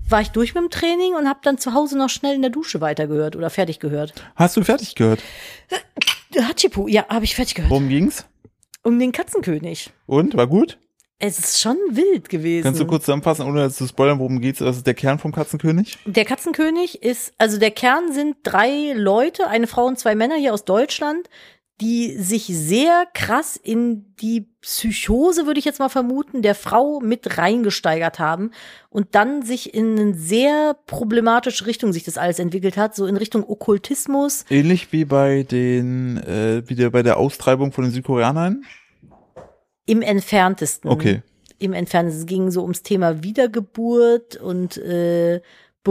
war ich durch mit dem Training und habe dann zu Hause noch schnell in der Dusche weitergehört oder fertig gehört. Hast du fertig gehört? Hachipu, ja, habe ich fertig gehört. Worum ging's? Um den Katzenkönig. Und? War gut? Es ist schon wild gewesen. Kannst du kurz zusammenfassen, ohne dass du spoilern, worum geht's? Was ist der Kern vom Katzenkönig? Der Katzenkönig ist, also der Kern sind drei Leute, eine Frau und zwei Männer hier aus Deutschland, die sich sehr krass in die Psychose, würde ich jetzt mal vermuten, der Frau mit reingesteigert haben und dann sich in eine sehr problematische Richtung sich das alles entwickelt hat, so in Richtung Okkultismus. Ähnlich wie bei den, äh, wie der, bei der Austreibung von den Südkoreanern? Im entferntesten. Okay. Im entferntesten. Es ging so ums Thema Wiedergeburt und äh,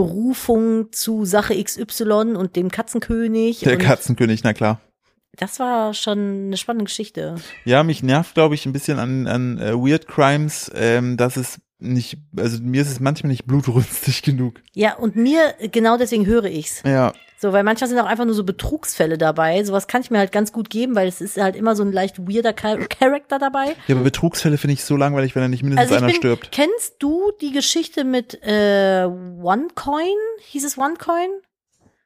Berufung zu Sache XY und dem Katzenkönig. Der und Katzenkönig, na klar. Das war schon eine spannende Geschichte. Ja, mich nervt, glaube ich, ein bisschen an, an äh, Weird Crimes, ähm, dass es nicht, also mir ist es manchmal nicht blutrünstig genug. Ja, und mir, genau deswegen höre ich's. Ja, So, weil manchmal sind auch einfach nur so Betrugsfälle dabei. Sowas kann ich mir halt ganz gut geben, weil es ist halt immer so ein leicht weirder Char Charakter dabei. ja aber Betrugsfälle finde ich so langweilig, wenn da nicht mindestens Also ich einer bin, stirbt. kennst du die Geschichte mit äh, OneCoin? Hieß es OneCoin?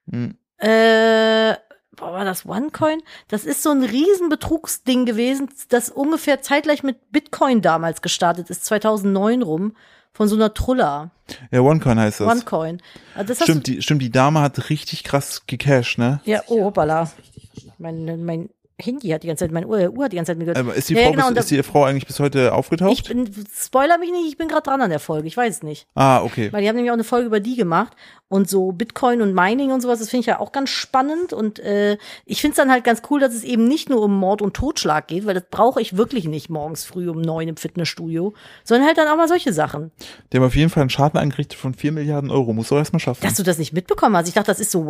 Hm. Äh, boah, war das OneCoin? Das ist so ein riesen Betrugsding gewesen, das ungefähr zeitgleich mit Bitcoin damals gestartet ist, 2009 rum, von so einer Trulla. Ja, OneCoin heißt das. OneCoin. Also das hast du- stimmt, die, stimmt, die Dame hat richtig krass gecashed, ne? Ja, oh, hoppala. Mein, mein Handy hat die ganze Zeit, meine Uhr, Uhr hat die ganze Zeit mir gehört. Aber ist die, Ja, Frau, genau, und bis, ist da- die Frau eigentlich bis heute Ich aufgetaucht? bin, spoiler mich nicht, ich bin gerade dran an der Folge, ich weiß es nicht. Ah, okay. Weil die haben nämlich auch eine Folge über die gemacht und so Bitcoin und Mining und sowas, das finde ich ja auch ganz spannend und äh, ich finde es dann halt ganz cool, dass es eben nicht nur um Mord und Totschlag geht, weil das brauche ich wirklich nicht morgens früh um neun im Fitnessstudio, sondern halt dann auch mal solche Sachen. Die haben auf jeden Fall einen Schaden angerichtet von 4 Milliarden Euro. Muss doch erstmal schaffen. Dass du das nicht mitbekommen hast, ich dachte, das ist so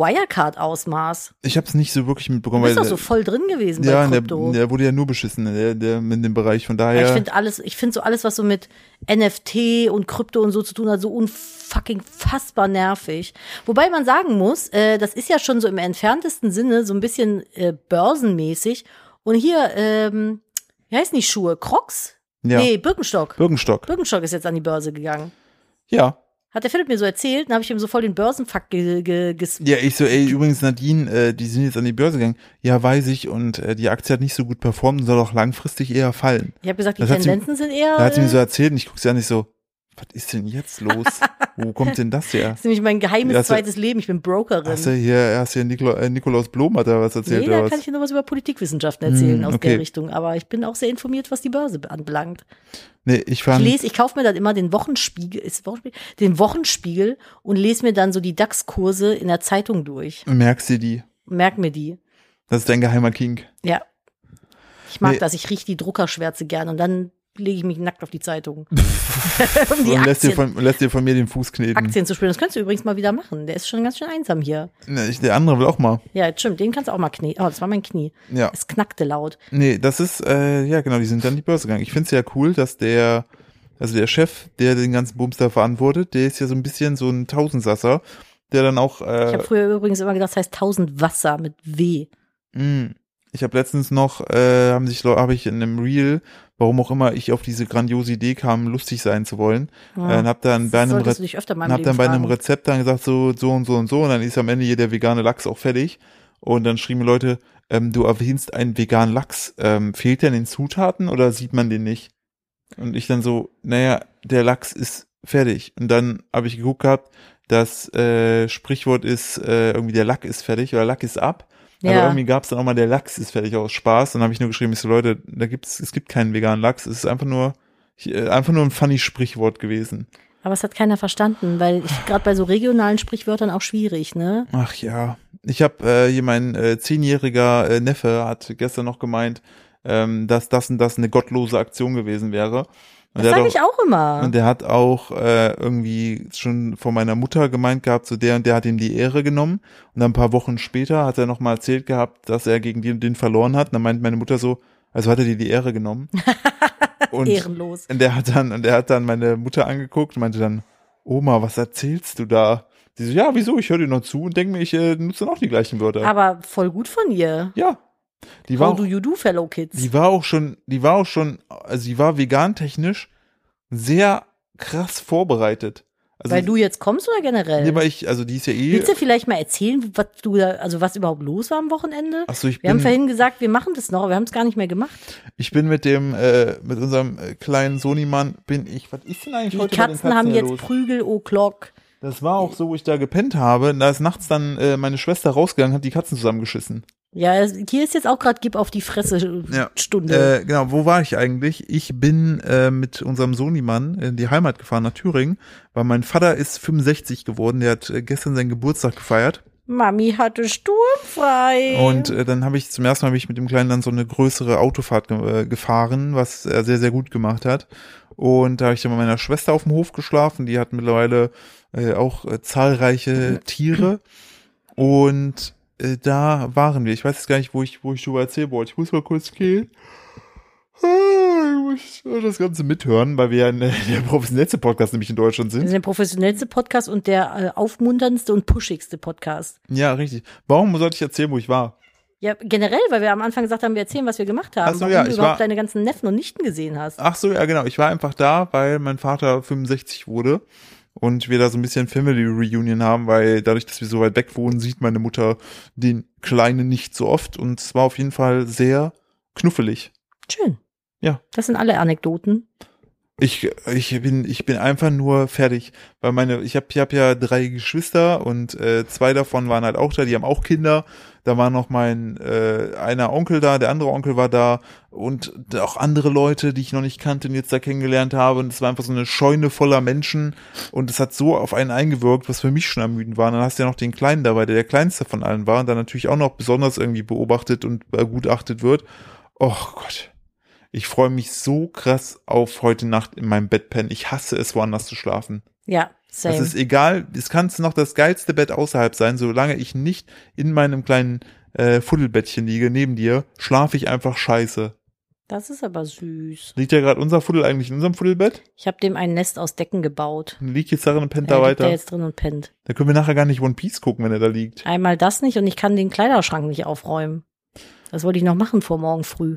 Wirecard-Ausmaß. ich habe es nicht so wirklich mitbekommen, Du bist doch weil so voll drin gewesen ja, in bei der, Krypto. der wurde ja nur beschissen ne? der, der, in dem Bereich. Von Weil Ich daher, finde alles, ich finde so alles, was so mit NFT und Krypto und so zu tun hat, so unfucking fassbar nervig. Wobei man sagen muss, äh, das ist ja schon so im entferntesten Sinne so ein bisschen äh, börsenmäßig. Und hier, ähm, wie heißen die Schuhe? Crocs? ja, Nee, Birkenstock. Birkenstock. Birkenstock ist jetzt an die Börse gegangen. Ja, Hat der Philipp mir so erzählt, dann habe ich ihm so voll den Börsenfuck ge ge ges Ja, ich so, ey, übrigens Nadine, äh, die sind jetzt an die Börse gegangen. Ja, weiß ich und äh, die Aktie hat nicht so gut performt und soll auch langfristig eher fallen. Ich habe gesagt, die Das hat sie- Tendenzen sind eher. Da hat sie mir so äh, erzählt und ich guck's ja nicht so, was ist denn jetzt los? Wo kommt denn das her? Das ist nämlich mein geheimes Ja, hast du- zweites Leben. Ich bin Brokerin. Hast du hier, hast hier Niklo, äh, Nikolaus Blom hat da was erzählt Nee, oder da was? kann ich dir nur was über Politikwissenschaften erzählen Hm, aus okay. der Richtung. Aber ich bin auch sehr informiert, was die Börse anbelangt. nee, ich Ich fand, lese, ich kaufe mir dann immer den Wochenspiegel, ist Wochenspiegel, den Wochenspiegel und lese mir dann so die DAX-Kurse in der Zeitung durch. merkst du die? Merk mir die. Das ist dein geheimer Kink. Ja. Ich mag Nee. das, ich rieche die Druckerschwärze gern und dann lege ich mich nackt auf die Zeitung. um die und lässt dir, Aktien, von, lässt dir von mir den Fuß kneten. Aktien zu spielen. Das kannst du übrigens mal wieder machen. Der ist schon ganz schön einsam hier. Na, ich, der andere will auch mal. Ja, stimmt, den kannst du auch mal kneten. Oh, das war mein Knie. Ja. Es knackte laut. Nee, das ist, äh, ja genau, die sind dann die Börse gegangen. Ich find's ja cool, dass der, also der Chef, der den ganzen Bums da verantwortet, der ist ja so ein bisschen so ein Tausendsasser, der dann auch, Ich äh, habe früher übrigens immer gedacht, das heißt 1000 Wasser mit W. mh, Mhm. ich habe hab letztens noch, äh, haben sich, habe ich in einem Reel, warum auch immer ich auf diese grandiose Idee kam, lustig sein zu wollen, Ah. äh, und hab dann bei einem Re- Solltest du dich öfter mal und im hab Leben dann bei einem fragen. Rezept dann gesagt, so, so und so und so, und dann ist am Ende hier der vegane Lachs auch fertig. Und dann schrieben mir Leute, ähm, du erwähnst einen veganen Lachs, ähm, fehlt der in den Zutaten oder sieht man den nicht? Und ich dann so, naja, der Lachs ist fertig. Und dann habe ich geguckt gehabt, das äh, Sprichwort ist äh, irgendwie der Lack ist fertig oder Lack ist ab. Aber Ja. irgendwie gab es dann auch mal der Lachs ist fertig aus Spaß. Und dann habe ich nur geschrieben, ich so, Leute, da gibt's, es gibt keinen veganen Lachs. Es ist einfach nur, ich, äh, einfach nur ein funny Sprichwort gewesen. Aber es hat keiner verstanden, weil Ah. ich gerade bei so regionalen Sprichwörtern auch schwierig, ne? Ach ja, ich habe äh, hier mein äh, zehnjähriger äh, Neffe hat gestern noch gemeint, ähm, dass das und das eine gottlose Aktion gewesen wäre. Und der Das hat sage ich auch immer. Und der hat auch äh, irgendwie schon von meiner Mutter gemeint gehabt, so der und der hat ihm die Ehre genommen. Und dann ein paar Wochen später hat er nochmal erzählt gehabt, dass er gegen den, den verloren hat. Und dann meint meine Mutter so, also hat er dir die Ehre genommen. und, Ehrenlos. und der hat dann, und der hat dann meine Mutter angeguckt und meinte dann, Oma, was erzählst du da? Sie so, ja, wieso? Ich höre dir noch zu und denke mir, ich äh, nutze dann auch die gleichen Wörter. Aber Oh, voll gut von ihr. ja. Die war, How do auch, you do, fellow kids? die war auch schon, die war auch schon, also die war vegan technisch sehr krass vorbereitet. Also, Weil du jetzt kommst oder generell? nee, weil ich, also die ist ja eh, Willst du vielleicht mal erzählen, was du da, also was überhaupt los war am Wochenende? achso, ich Wir haben bin, vorhin gesagt, wir machen das noch, aber wir haben es gar nicht mehr gemacht. ich bin mit dem, äh, mit unserem äh, kleinen Sonimann, bin ich, was ist denn eigentlich Die heute bei den Katzen Katzen haben hier jetzt los? Prügel, oh, O'Clock. Das war auch so, wo ich da gepennt habe, da ist nachts dann äh, meine Schwester rausgegangen, hat die Katzen zusammengeschissen. Ja, es- hier ist jetzt auch gerade Gib auf die Fresse Ja. Stunde. Äh, genau, wo war ich eigentlich? Ich bin äh, mit unserem Sonimann in die Heimat gefahren, nach Thüringen, weil mein Vater ist 65 geworden, der hat äh, gestern seinen Geburtstag gefeiert. Mami hatte sturmfrei. Und äh, dann habe ich zum ersten Mal hab ich mit dem Kleinen dann so eine größere Autofahrt ge äh, gefahren, was er sehr, sehr gut gemacht hat. Und da habe ich dann mit meiner Schwester auf dem Hof geschlafen. Die hat mittlerweile äh, auch äh, zahlreiche Tiere. Und äh, da waren wir. Ich weiß jetzt gar nicht, wo ich, wo ich drüber erzählen wollte. Ich muss mal kurz gehen. Ah, Ich muss das Ganze mithören, weil wir ja in, äh, der professionellste Podcast nämlich in Deutschland das sind. ist der professionellste Podcast und der äh, aufmunterndste und pushigste Podcast. Ja, richtig. Warum sollte ich erzählen, wo ich war? Ja, generell, weil wir am Anfang gesagt haben, wir erzählen, was wir gemacht haben. Ach so, warum ja, du ich war- überhaupt deine ganzen Neffen und Nichten gesehen hast. Ach so, ja, genau. Ich war einfach da, weil mein Vater 65 wurde und wir da so ein bisschen Family Reunion haben, weil dadurch, dass wir so weit weg wohnen, sieht meine Mutter den Kleinen nicht so oft und es war auf jeden Fall sehr knuffelig. Schön. Ja. Das sind alle Anekdoten. Ich, ich bin ich bin einfach nur fertig, weil meine ich habe ich hab ja drei Geschwister und äh, zwei davon waren halt auch da, die haben auch Kinder. Da war noch mein äh, einer Onkel da, der andere Onkel war da und auch andere Leute, die ich noch nicht kannte und jetzt da kennengelernt habe und es war einfach so eine Scheune voller Menschen und es hat so auf einen eingewirkt, was für mich schon am müden war. Und dann hast du ja noch den Kleinen dabei, der der kleinste von allen war und dann natürlich auch noch besonders irgendwie beobachtet und begutachtet wird. Oh Gott. Ich freue mich so krass auf heute Nacht in meinem Bett pennen. Ich hasse es, woanders zu schlafen. Ja, same. Es ist e- egal, es kann noch das geilste Bett außerhalb sein, solange ich nicht in meinem kleinen äh, Fuddelbettchen liege neben dir, schlafe ich einfach scheiße. das ist aber süß. Liegt ja gerade unser Fuddel eigentlich in unserem Fuddelbett? Ich habe dem ein Nest aus Decken gebaut. Dann liegt jetzt darin und pennt da Er liegt da weiter. jetzt drin und pennt. Da können wir nachher gar nicht One Piece gucken, wenn er da liegt. Einmal das nicht und ich kann den Kleiderschrank nicht aufräumen. Das wollte ich noch machen vor morgen früh.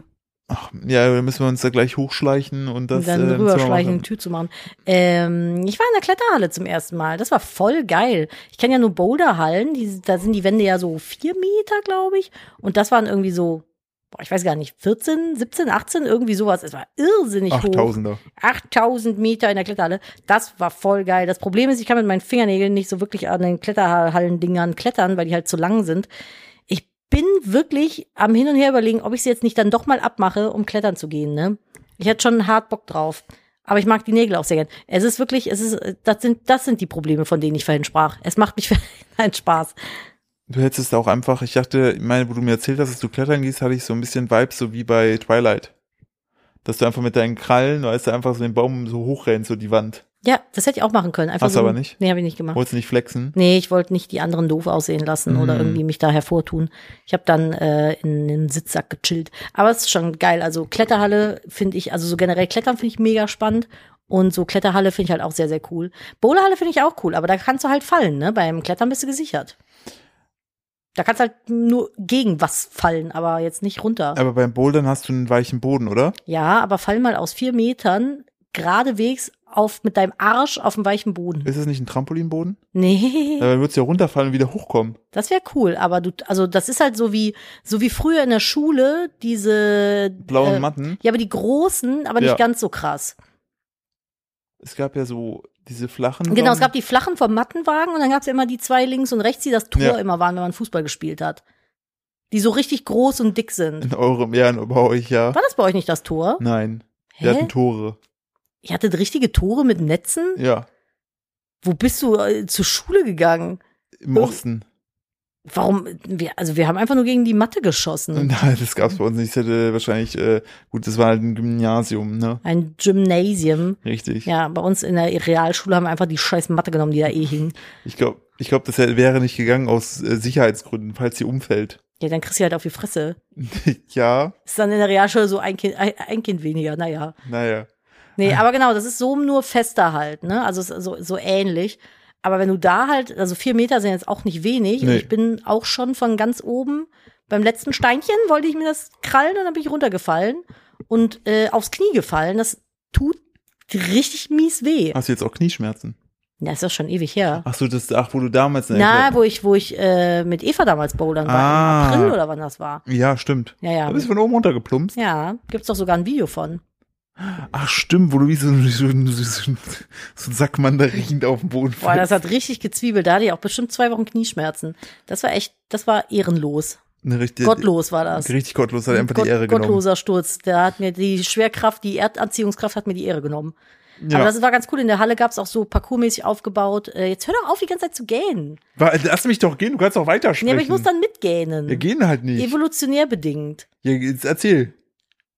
Ach, ja, dann müssen wir uns da gleich hochschleichen und das und dann äh, im Zimmer rüberschleichen, machen. Tür zu machen. Ähm, ich war in der Kletterhalle zum ersten Mal. Das war voll geil. Ich kenne ja nur Boulderhallen. Die, da sind die Wände ja so vier Meter, glaube ich. Und das waren irgendwie so boah, ich weiß gar nicht, 14, 17, 18, irgendwie sowas. Es war irrsinnig hoch. 8000er. 8000 Meter in der Kletterhalle. Das war voll geil. Das Problem ist, ich kann mit meinen Fingernägeln nicht so wirklich an den Kletterhallendingern klettern, weil die halt zu lang sind. Ich bin wirklich am Hin und Her überlegen, ob ich sie jetzt nicht dann doch mal abmache, um klettern zu gehen, ne? Ich hätte schon hart Bock drauf. Aber ich mag die Nägel auch sehr gern. Es ist wirklich, es ist, das sind, das sind die Probleme, von denen ich vorhin sprach. Es macht mich einen Spaß. Du hättest da auch einfach, ich dachte, ich meine, wo du mir erzählt hast, dass du klettern gehst, hatte ich so ein bisschen Vibes, so wie bei Twilight. Dass du einfach mit deinen Krallen, weißt du, einfach so den Baum so hochrennst, so die Wand. Ja, das hätte ich auch machen können. Einfach Hast so, du aber nicht? Nee, habe ich nicht gemacht. Wolltest du nicht flexen? Nee, ich wollte nicht die anderen doof aussehen lassen oder Mm. irgendwie mich da hervortun. Ich habe dann äh, in den Sitzsack gechillt. Aber es ist schon geil. Also Kletterhalle finde ich, also so generell Klettern finde ich mega spannend. Und so Kletterhalle finde ich halt auch sehr, sehr cool. Bowlerhalle finde ich auch cool, aber da kannst du halt fallen, ne? Beim Klettern bist du gesichert. Da kannst halt nur gegen was fallen, aber jetzt nicht runter. Aber beim Bouldern hast du einen weichen Boden, oder? ja, aber fall mal aus vier Metern geradewegs auf mit deinem Arsch auf dem weichen Boden. Ist Äh, es nicht ein Trampolinboden? Nee. Aber dann würdest du ja runterfallen und wieder hochkommen. Das wäre cool, aber du, also das ist halt so wie, so wie früher in der Schule, diese Blauen äh, Matten. Ja, aber die großen, aber nicht Ja. ganz so krass. Es gab ja so diese flachen. Genau, es Sachen. gab die flachen vom Mattenwagen und dann gab's ja immer die zwei links und rechts, die das Tor Ja. immer waren, wenn man Fußball gespielt hat. Die so richtig groß und dick sind. In eurem, ja, bei euch, ja. War das bei euch nicht das Tor? Nein. Wir Hä? hatten Tore. Ihr hattet richtige Tore mit Netzen? Ja. Wo bist du äh, zur Schule gegangen? Im Irr- Osten. Warum? Wir, also wir haben einfach nur gegen die Matte geschossen. Nein, das gab's bei uns nicht. Das hätte wahrscheinlich, äh, gut, das war halt ein Gymnasium, ne? Ein Gymnasium. Richtig. Ja, bei uns in der Realschule haben wir einfach die scheiß Matte genommen, die da eh hing. Ich glaube, ich glaub, das hätte- wäre nicht gegangen aus äh, Sicherheitsgründen, falls sie umfällt. Ja, dann kriegst du halt auf die Fresse. ja, Ist dann in der Realschule so ein Kind, ein, ein Kind weniger, naja. naja. Nee, aber genau, das ist so nur fester halt, ne? Also es ist so, so ähnlich. Aber wenn du da halt, also vier Meter sind jetzt auch nicht wenig. Und Nee. Ich bin auch schon von ganz oben beim letzten Steinchen, wollte ich mir das krallen und dann bin ich runtergefallen und äh, aufs Knie gefallen. Das tut richtig mies weh. Hast du jetzt auch Knieschmerzen? Na, ist das schon ewig her. Ach so, das, ach, wo du damals in der Na, Ecke- wo ich, wo ich äh, mit Eva damals bouldern war, Ah. im April oder wann das war. Ja, stimmt. Ja, ja. Da bist du von oben runtergeplumpst. Ja, gibt's doch sogar ein Video von. Ach, stimmt, wo du wie so, ein- so, ein- so, ein- so ein Sack Mandarinen auf dem Boden Boah, das fällst. hat richtig gezwiebelt. Da hatte ich auch bestimmt zwei Wochen Knieschmerzen. Das war echt, das war ehrenlos. Eine richtige, Gottlos war das. Richtig gottlos, hat einfach Gott- die Ehre genommen. Gottloser Sturz. Da hat mir die Schwerkraft, die Erdanziehungskraft hat mir die Ehre genommen. Ja. Aber das war ganz cool. In der Halle gab's auch so parkourmäßig aufgebaut. Äh, Jetzt hör doch auf, die ganze Zeit zu gähnen. Wa- Lass mich doch gehen, du kannst doch weitersprechen. Nee, aber ich muss dann Wir mitgähnen. gehen halt nicht. Evolutionär bedingt. Ja, jetzt erzähl.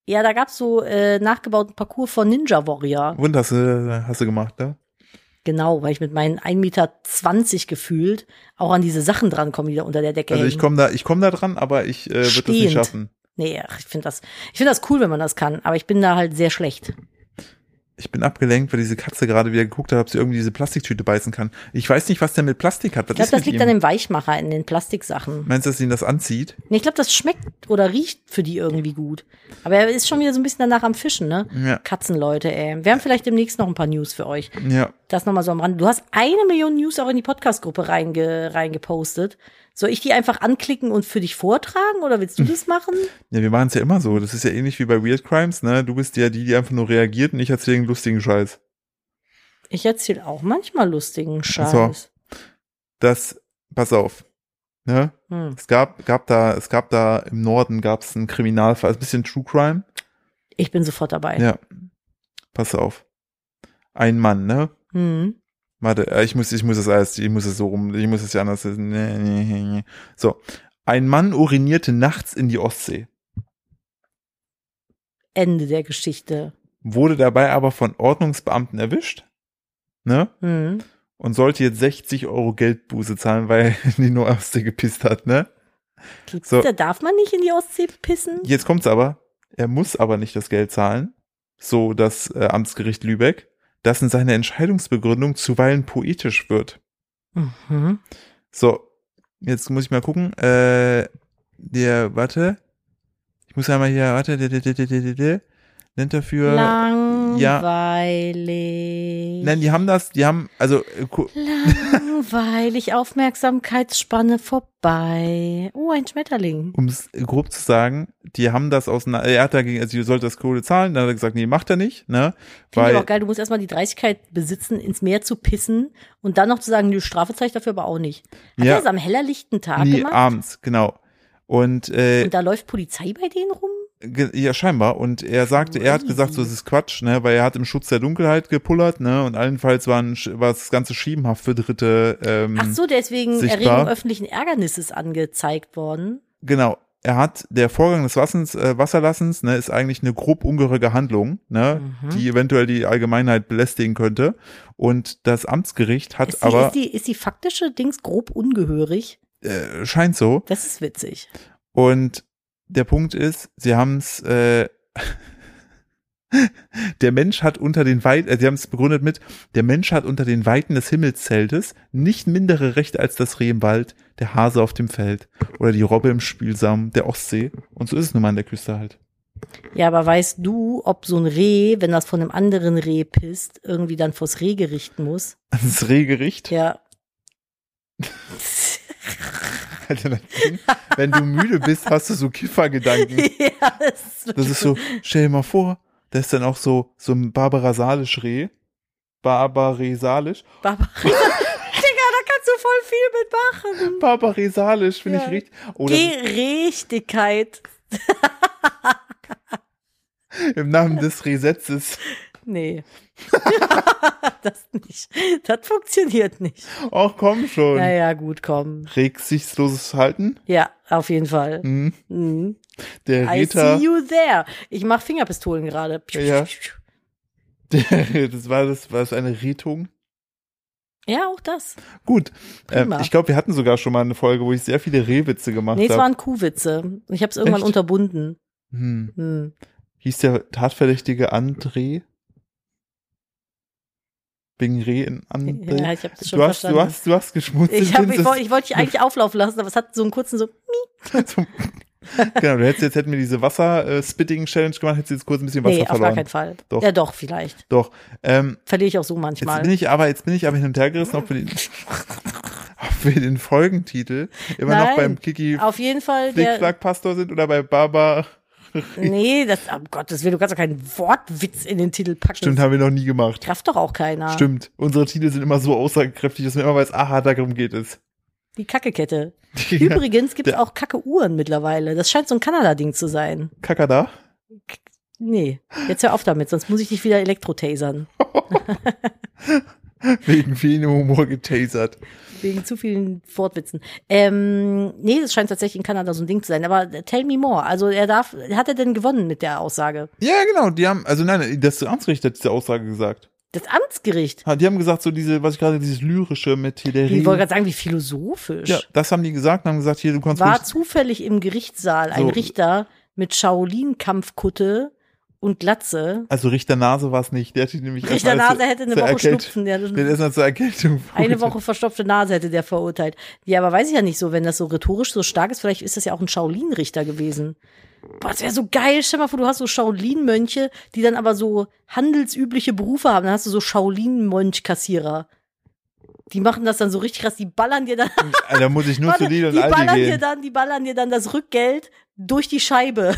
Ja, da gab's so äh, nachgebauten Parcours von Ninja Warrior. Und hast du, hast du gemacht, ne? Genau, weil ich mit meinen 1,20 Meter gefühlt auch an diese Sachen drankomme, die da unter der Decke Also ich hängen. komme da, ich komm da dran, aber ich äh, würde das nicht Stehend. schaffen. Nee, ach, ich finde das, ich finde das cool, wenn man das kann, aber ich bin da halt sehr schlecht. Ich bin abgelenkt, weil diese Katze gerade wieder geguckt hat, ob sie irgendwie diese Plastiktüte beißen kann. Ich weiß nicht, was der mit Plastik hat. Was Ich glaube, ist das mit liegt ihm? an dem Weichmacher in den Plastiksachen. Meinst du, dass ihn das anzieht? Nee, ich glaube, das schmeckt oder riecht für die irgendwie gut. Aber er ist schon wieder so ein bisschen danach am Fischen, ne? Ja. Katzenleute, ey. Wir haben vielleicht demnächst noch ein paar News für euch. Ja. Das nochmal so am Rand. Du hast eine Million News auch in die Podcast-Gruppe reinge reingepostet. Soll ich die einfach anklicken und für dich vortragen oder willst du das machen? Ja, wir machen es ja immer so. Das ist ja ähnlich wie bei Weird Crimes, ne? Du bist ja die, die einfach nur reagiert und ich erzähle den lustigen Scheiß. Ich erzähle auch manchmal lustigen Scheiß. Das, pass auf. Ne? Hm. Es gab, gab da, es gab da im Norden gab es einen Kriminalfall, Also ein bisschen True Crime. Ich bin sofort dabei. Ja. Pass auf. Ein Mann, ne? Hm. Warte, äh, ich muss, ich muss das alles, ich muss das so rum, ich muss das ja anders. Nee, nee, nee, nee. So. Ein Mann urinierte nachts in die Ostsee, Ende der Geschichte. wurde dabei aber von Ordnungsbeamten erwischt, ne? Hm. Und sollte jetzt 60 Euro Geldbuße zahlen, weil er in die nur Ostsee gepisst hat, ne? Gibt's So. da darf man nicht in die Ostsee pissen? Jetzt kommt's aber. Er muss aber nicht das Geld zahlen, so das äh, Amtsgericht Lübeck, das in seiner Entscheidungsbegründung zuweilen poetisch wird. Mhm. So, jetzt muss ich mal gucken. Äh, der, warte. Ich muss einmal hier, warte. Der, der, der, der, der, der, der. Nennt dafür. Lang Langweilig. Nein, die haben das, die haben, also, äh, gu- Langweilig, Aufmerksamkeitsspanne vorbei. Oh, ein Schmetterling. um es grob zu sagen, die haben das aus, einer- er hat dagegen, also, ihr sollt das Kohle zahlen, dann hat er gesagt, nee, macht er nicht, ne, Finde ich weil, aber auch geil, du musst erstmal die Dreistigkeit besitzen, ins Meer zu pissen und dann noch zu sagen, nö, Strafe zeige ich dafür aber auch nicht. Hat Ja. er das am hellerlichten Tag nee, gemacht? abends, genau. Und, äh, Und da läuft Polizei bei denen rum? Ge- Ja, scheinbar. Und er sagte, er hat gesagt, so es ist Quatsch, ne, weil er hat im Schutz der Dunkelheit gepullert, ne? Und allenfalls waren, sch- war das Ganze schiebenhaft für Dritte. Ähm, Ach so, deswegen Sichtbar. Erregung öffentlichen Ärgernisses angezeigt worden. Genau. Er hat der Vorgang des Wassens, äh, Wasserlassens, ne, ist eigentlich eine grob ungehörige Handlung, ne, Mhm. die eventuell die Allgemeinheit belästigen könnte. Und das Amtsgericht hat Ist die, aber ist, die, ist die faktische Dings grob ungehörig? äh, scheint so. Das ist witzig. Und der Punkt ist, sie haben's. äh, der Mensch hat unter den Weiten, äh, sie haben's begründet mit, der Mensch hat unter den Weiten des Himmelszeltes nicht mindere Rechte als das Reh im Wald, der Hase auf dem Feld oder die Robbe im Spielsamen der Ostsee. Und so ist es nun mal an der Küste halt. Ja, aber weißt du, ob so ein Reh, wenn das von einem anderen Reh pisst, irgendwie dann vors Reh gerichten muss? Das Rehgericht. Ja. Alter, Wenn du müde bist, hast du so Kiffergedanken. ja, das ist, Das ist so, stell dir mal vor, da ist dann auch so, so ein Barbara Salisch Reh. Barbara Salisch. Barbara. Digga, da kannst du voll viel mitmachen. Barbarisalisch, finde Ja. ich richtig. Oder Gerechtigkeit. im Namen des Resetzes. Nee. das nicht. Das funktioniert nicht. Auch komm schon. Naja, gut, komm. Rücksichtsloses Verhalten. Ja, auf jeden Fall. Hm. Mhm. Der I see Rita, you there. Ich mach Fingerpistolen gerade. Ja. der, das war das, war das eine Retung. Ja, auch das. Gut, ähm, Prima. ich glaube, wir hatten sogar schon mal eine Folge, wo ich sehr viele Rehwitze gemacht Nee, es habe. waren Kuhwitze. Ich habe es irgendwann Echt? unterbunden. Hm. Hm. Hieß der Tatverdächtige André? Wegen Reh in André? Ja, ich habe das schon Hm, du, hast, du, verstanden. hast, du hast geschmutzt. ich hab, ich das- wollte ich wollt dich eigentlich auflaufen lassen, aber es hat so einen kurzen so. Zum- genau, du hättest jetzt hätten wir diese Wasser-Spitting-Challenge gemacht, hättest jetzt kurz ein bisschen Wasser nee, auf gar verloren. keinen Fall. Doch. Ja, doch, vielleicht. Doch. Ähm, Verliere ich auch so jetzt manchmal. bin ich aber, jetzt bin ich aber hin und her gerissen, ob wir den, ob wir den Folgentitel immer Nein. noch beim Kiki auf jeden Fall der. Flickflack-Pastor sind oder bei Baba. Nee, das, um Gottes Willen, du kannst doch keinen Wortwitz in den Titel packen. Stimmt, Das haben wir noch nie gemacht. trifft doch auch keiner. Stimmt. Unsere Titel sind immer so aussagekräftig, dass man immer weiß, aha, darum geht es. Die Kackekette. Übrigens. Übrigens gibt es Der- auch Kacke-Uhren mittlerweile. Das scheint so ein Kanada-Ding zu sein. Kakada. Nee, jetzt hör auf damit, sonst muss ich dich wieder elektrotasern. Wegen fehlendem Humor getasert. Wegen zu vielen Fortwitzen. Ähm, nee, das scheint tatsächlich in Kanada so ein Ding zu sein. Aber tell me more. Also er darf, hat er denn gewonnen mit der Aussage? Ja, genau. Die haben, also nein, das Amtsgericht hat diese Aussage gesagt. Das Amtsgericht. Ha, Die haben gesagt, so diese, was ich gerade, dieses lyrische mit hier der Ich wollte Reh. gerade sagen, wie philosophisch. Ja, das haben die gesagt und haben gesagt, hier, du kannst War ruhig- zufällig im Gerichtssaal ein So. Richter mit Shaolin-Kampfkutte und Glatze. Also Richter Nase war es nicht. Der hatte nämlich Richter erstmal Nase hätte eine zur Woche Erkältung- Schnupfen. Der, Der ist erstmal zur Erkältung. eine Woche verstopfte Nase hätte der verurteilt. Ja, aber weiß ich ja nicht so, wenn das so rhetorisch so stark ist, vielleicht ist das ja auch ein Shaolin-Richter gewesen. Boah, das wäre so geil. Stell mal vor, du hast so Shaolin-Mönche, die dann aber so handelsübliche Berufe haben. Dann hast du so Shaolin-Mönch-Kassierer. Die machen das dann so richtig krass. Die ballern dir dann, Alter, Da muss ich nur zu Lidl und die Aldi ballern dir gehen. dann, die ballern dir dann das Rückgeld durch die Scheibe.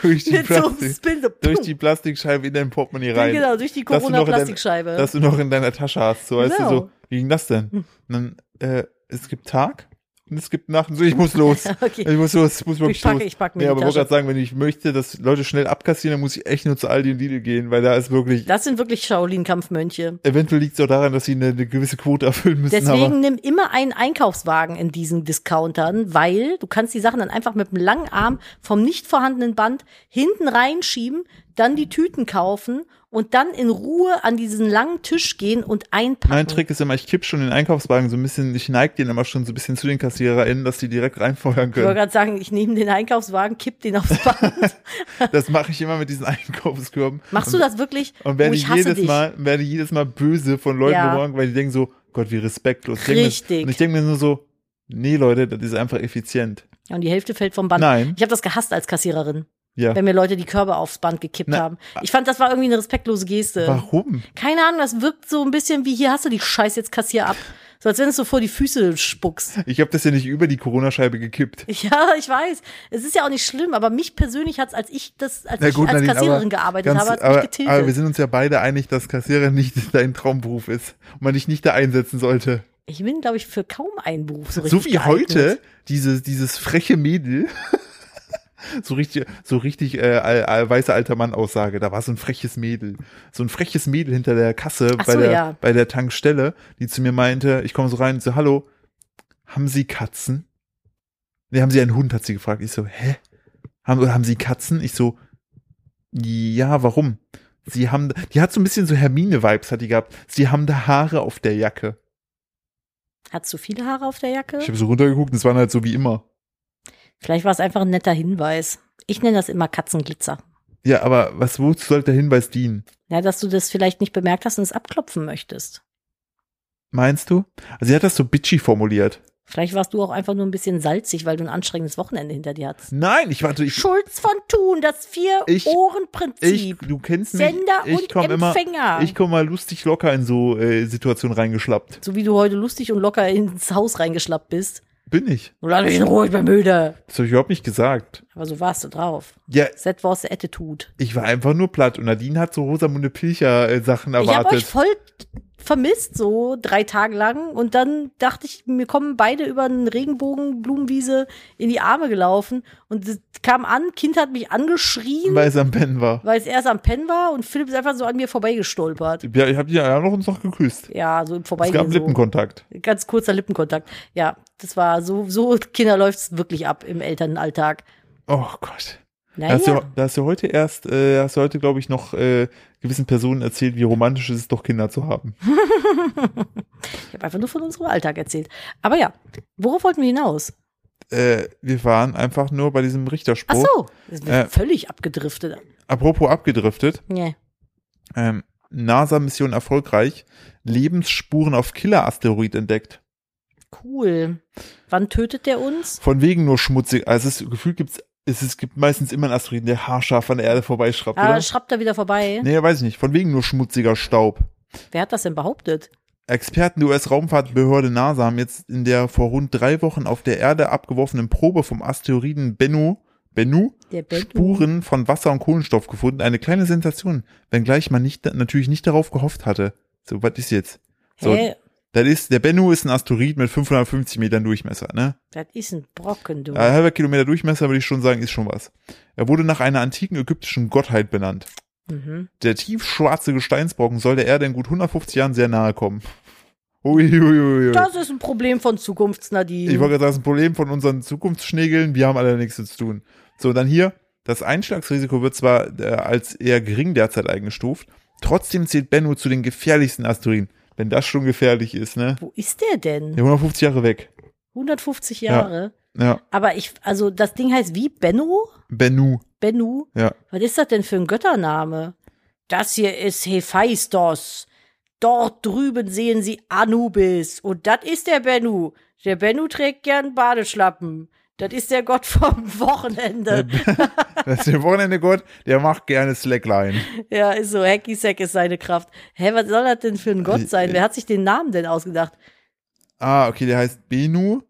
Durch die, Mit so einem Plastik, Spin, so durch die Plastikscheibe in dein Portemonnaie rein. Genau, durch die Dass du noch in dein- Corona-Plastikscheibe. Dass du noch in deiner Tasche hast. So, weißt du, Genau. so, wie ging das denn? Und dann, äh, es gibt Tag und es gibt Nacht. Und so, ich muss los. Okay. Ich muss los, ich muss wirklich Ich packe- los. ich packe mir nee, die aber Tasche. wollte gerade sagen, wenn ich möchte, dass Leute schnell abkassieren, dann muss ich echt nur zu Aldi und Lidl gehen, weil da ist wirklich, Das sind wirklich Shaolin-Kampfmönche. eventuell liegt es auch daran, dass sie eine, eine gewisse Quote erfüllen müssen, aber Deswegen nimm immer einen Einkaufswagen in diesen Discountern, weil du kannst die Sachen dann einfach mit dem langen Arm vom nicht vorhandenen Band hinten reinschieben, dann die Tüten kaufen und dann in Ruhe an diesen langen Tisch gehen und einpacken. mein Trick ist immer, ich kipp schon den Einkaufswagen so ein bisschen, ich neig den immer schon so ein bisschen zu den KassiererInnen, dass die direkt reinfeuern ich wollte können. gerade sagen, ich nehme den Einkaufswagen, kipp den aufs Band. Das mache ich immer mit diesen Einkaufskörben. Machst du das wirklich? Und werde oh, ich ich hasse jedes dich. Mal, werde ich jedes Mal böse von Leuten Ja. geworden, weil die denken so, Gott, wie respektlos. Ich denke mir- Richtig. Und ich denke mir nur so, nee, Leute, das ist einfach effizient. Ja, und die Hälfte fällt vom Band. Nein. Ich habe das gehasst als Kassiererin. Ja. wenn mir Leute die Körbe aufs Band gekippt Na, haben. Ich fand, das war irgendwie eine respektlose Geste. Warum? Keine Ahnung, das wirkt so ein bisschen wie, hier hast du die Scheiße, jetzt kassier ab. So als wenn du es so vor die Füße spuckst. Ich habe das ja nicht über die Corona-Scheibe gekippt. Ja, ich weiß. Es ist ja auch nicht schlimm, aber mich persönlich hat's, als ich das, als Na gut, ich als Nadine, aber Kassiererin gearbeitet ganz, habe, hat's mich aber, getilgt. aber wir sind uns ja beide einig, dass Kassierer nicht dein Traumberuf ist und man dich nicht da einsetzen sollte. ich bin, glaube ich, für kaum einen Beruf so richtig So wie geeignet. heute, dieses, dieses freche Mädel. So richtig, so richtig äh, al- al- weißer alter Mann-Aussage. Da war so ein freches Mädel. So ein freches Mädel hinter der Kasse Ach bei, so, der, ja. bei der Tankstelle, die zu mir meinte, ich komme so rein und so, hallo, haben Sie Katzen? Nee, haben Sie einen Hund, hat sie gefragt. Ich so, hä? Haben, oder haben Sie Katzen? Ich so, ja, warum? Sie haben, die hat so ein bisschen so Hermine-Vibes, hat die gehabt. Sie haben da Haare auf der Jacke. Hat zu viele Haare auf der Jacke? Ich habe so runtergeguckt und es waren halt so wie immer. Vielleicht war es einfach ein netter Hinweis. Ich nenne das immer Katzenglitzer. Ja, aber was, wozu soll der Hinweis dienen? Ja, dass du das vielleicht nicht bemerkt hast und es abklopfen möchtest. Meinst du? Also sie hat das so bitchy formuliert. Vielleicht warst du auch einfach nur ein bisschen salzig, weil du ein anstrengendes Wochenende hinter dir hattest. Nein, ich warte, ich, Schulz von Thun, das Ich- ich Vier-Ohren-Prinzip. du kennst mich. Sender ich und komm immer, Empfänger. ich komme mal lustig locker in so äh, Situationen reingeschlappt. so wie du heute lustig und locker ins Haus reingeschlappt bist. Bin ich. Nun lass mich in Ruhe, ich bin müde. Das habe ich überhaupt nicht gesagt. Aber so warst du drauf. Ja, Set was the attitude. ich war einfach nur platt und Nadine hat so Rosamunde Pilcher äh, Sachen Ich habe euch erwartet. voll vermisst, so drei Tage lang. Und dann dachte ich, wir kommen beide über eine Regenbogenblumenwiese in die Arme gelaufen. Und es kam an, Kind hat mich angeschrien, weil, weil es am Pen war. es erst am Pen war und Philipp ist einfach so an mir vorbeigestolpert. Ja, ich habe die ja noch uns noch geküsst. Ja, so im Es gab Vorbeigehen. So. Lippenkontakt. Ganz kurzer Lippenkontakt. Ja, das war so, so Kinder läuft's wirklich ab im Elternalltag. Oh Gott. Da Naja, Hast du, da hast du heute erst, äh, hast du heute, glaube ich, noch äh, gewissen Personen erzählt, wie romantisch es ist, doch Kinder zu haben. ich habe einfach nur von unserem Alltag erzählt. Aber ja, worauf wollten wir hinaus? äh, wir waren einfach nur bei diesem Ach Richterspruch. so, das ist Äh. völlig abgedriftet. Apropos abgedriftet. Nee. Ähm, NASA-Mission erfolgreich. Lebensspuren auf Killer-Asteroid entdeckt. Cool. Wann tötet der uns? Von wegen nur schmutzig. Also es ist, gefühlt gibt's, es, es gibt meistens immer einen Asteroiden, der haarscharf an der Erde vorbeischraubt, Ah, oder? schraubt er wieder vorbei. Nee, weiß ich nicht. Von wegen nur schmutziger Staub. Wer hat das denn behauptet? Experten der US-Raumfahrtbehörde NASA haben jetzt in der vor rund drei Wochen auf der Erde abgeworfenen Probe vom Asteroiden Bennu, Bennu, Der Ben. Spuren von Wasser und Kohlenstoff gefunden. Eine kleine Sensation, wenngleich man nicht, natürlich nicht darauf gehofft hatte. So, was ist jetzt? So, Hä? das ist, der Bennu ist ein Asteroid mit 550 Metern Durchmesser, ne? Das ist ein Brocken, du. Ein halber Kilometer Durchmesser würde ich schon sagen, ist schon was. Er wurde nach einer antiken ägyptischen Gottheit benannt. Mhm. Der tiefschwarze Gesteinsbrocken soll der Erde in gut 150 Jahren sehr nahe kommen. Uiuiui. Das ist ein Problem von Ich Zukunftsnadine. wollte gerade sagen, das ist ein Problem von unseren Zukunftsschnägeln, wir haben alle nichts zu tun. So, dann hier, das Einschlagsrisiko wird zwar äh, als eher gering derzeit eingestuft, trotzdem zählt Bennu zu den gefährlichsten Asteroiden. Wenn das schon gefährlich ist, ne? Wo ist der denn? Ja, 150 Jahre weg. 150 Jahre. Ja, Aber ich, also das Ding heißt wie? Benno? Bennu, Bennu? ja. Was ist das denn für ein Göttername? Das hier ist Hephaistos. Dort drüben sehen Sie Anubis. Und das ist der Bennu. Der Bennu trägt gern Badeschlappen. Das ist der Gott vom Wochenende. Das ist der Wochenende Gott, der macht gerne Slackline. Ja, ist so, Hacky Sack ist seine Kraft. Hä, was soll das denn für ein Gott äh, sein? Wer hat sich den Namen denn ausgedacht? Ah, okay, der heißt Bennu.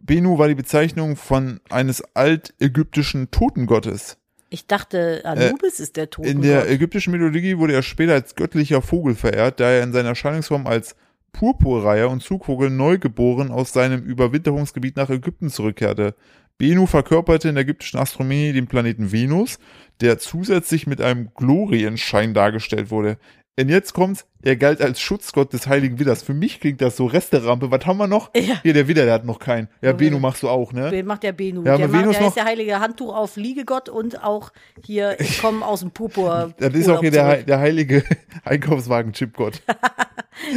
Bennu war die Bezeichnung von eines altägyptischen Totengottes. Ich dachte, Anubis ist der Tod. Äh, In der ägyptischen Mythologie wurde er später als göttlicher Vogel verehrt, da er in seiner Erscheinungsform als Purpurreiher und Zugvogel neugeboren aus seinem Überwinterungsgebiet nach Ägypten zurückkehrte. Bennu verkörperte in der ägyptischen Astronomie den Planeten Venus, der zusätzlich mit einem Glorienschein dargestellt wurde. Und jetzt kommt's, er galt als Schutzgott des heiligen Widders. Für mich klingt das so Resterampe. Was haben wir noch? Ja. Hier, der Widder, der hat noch keinen. Ja, Bennu machst du auch, ne? Wen macht der Benu? Ja, der aber macht, Venus der noch- ist der heilige Handtuch auf Liegegott und auch hier, ich komme aus dem Purpur. Das ist Urlaub auch hier der, Hei- zurück. der heilige Einkaufswagen-Chipgott.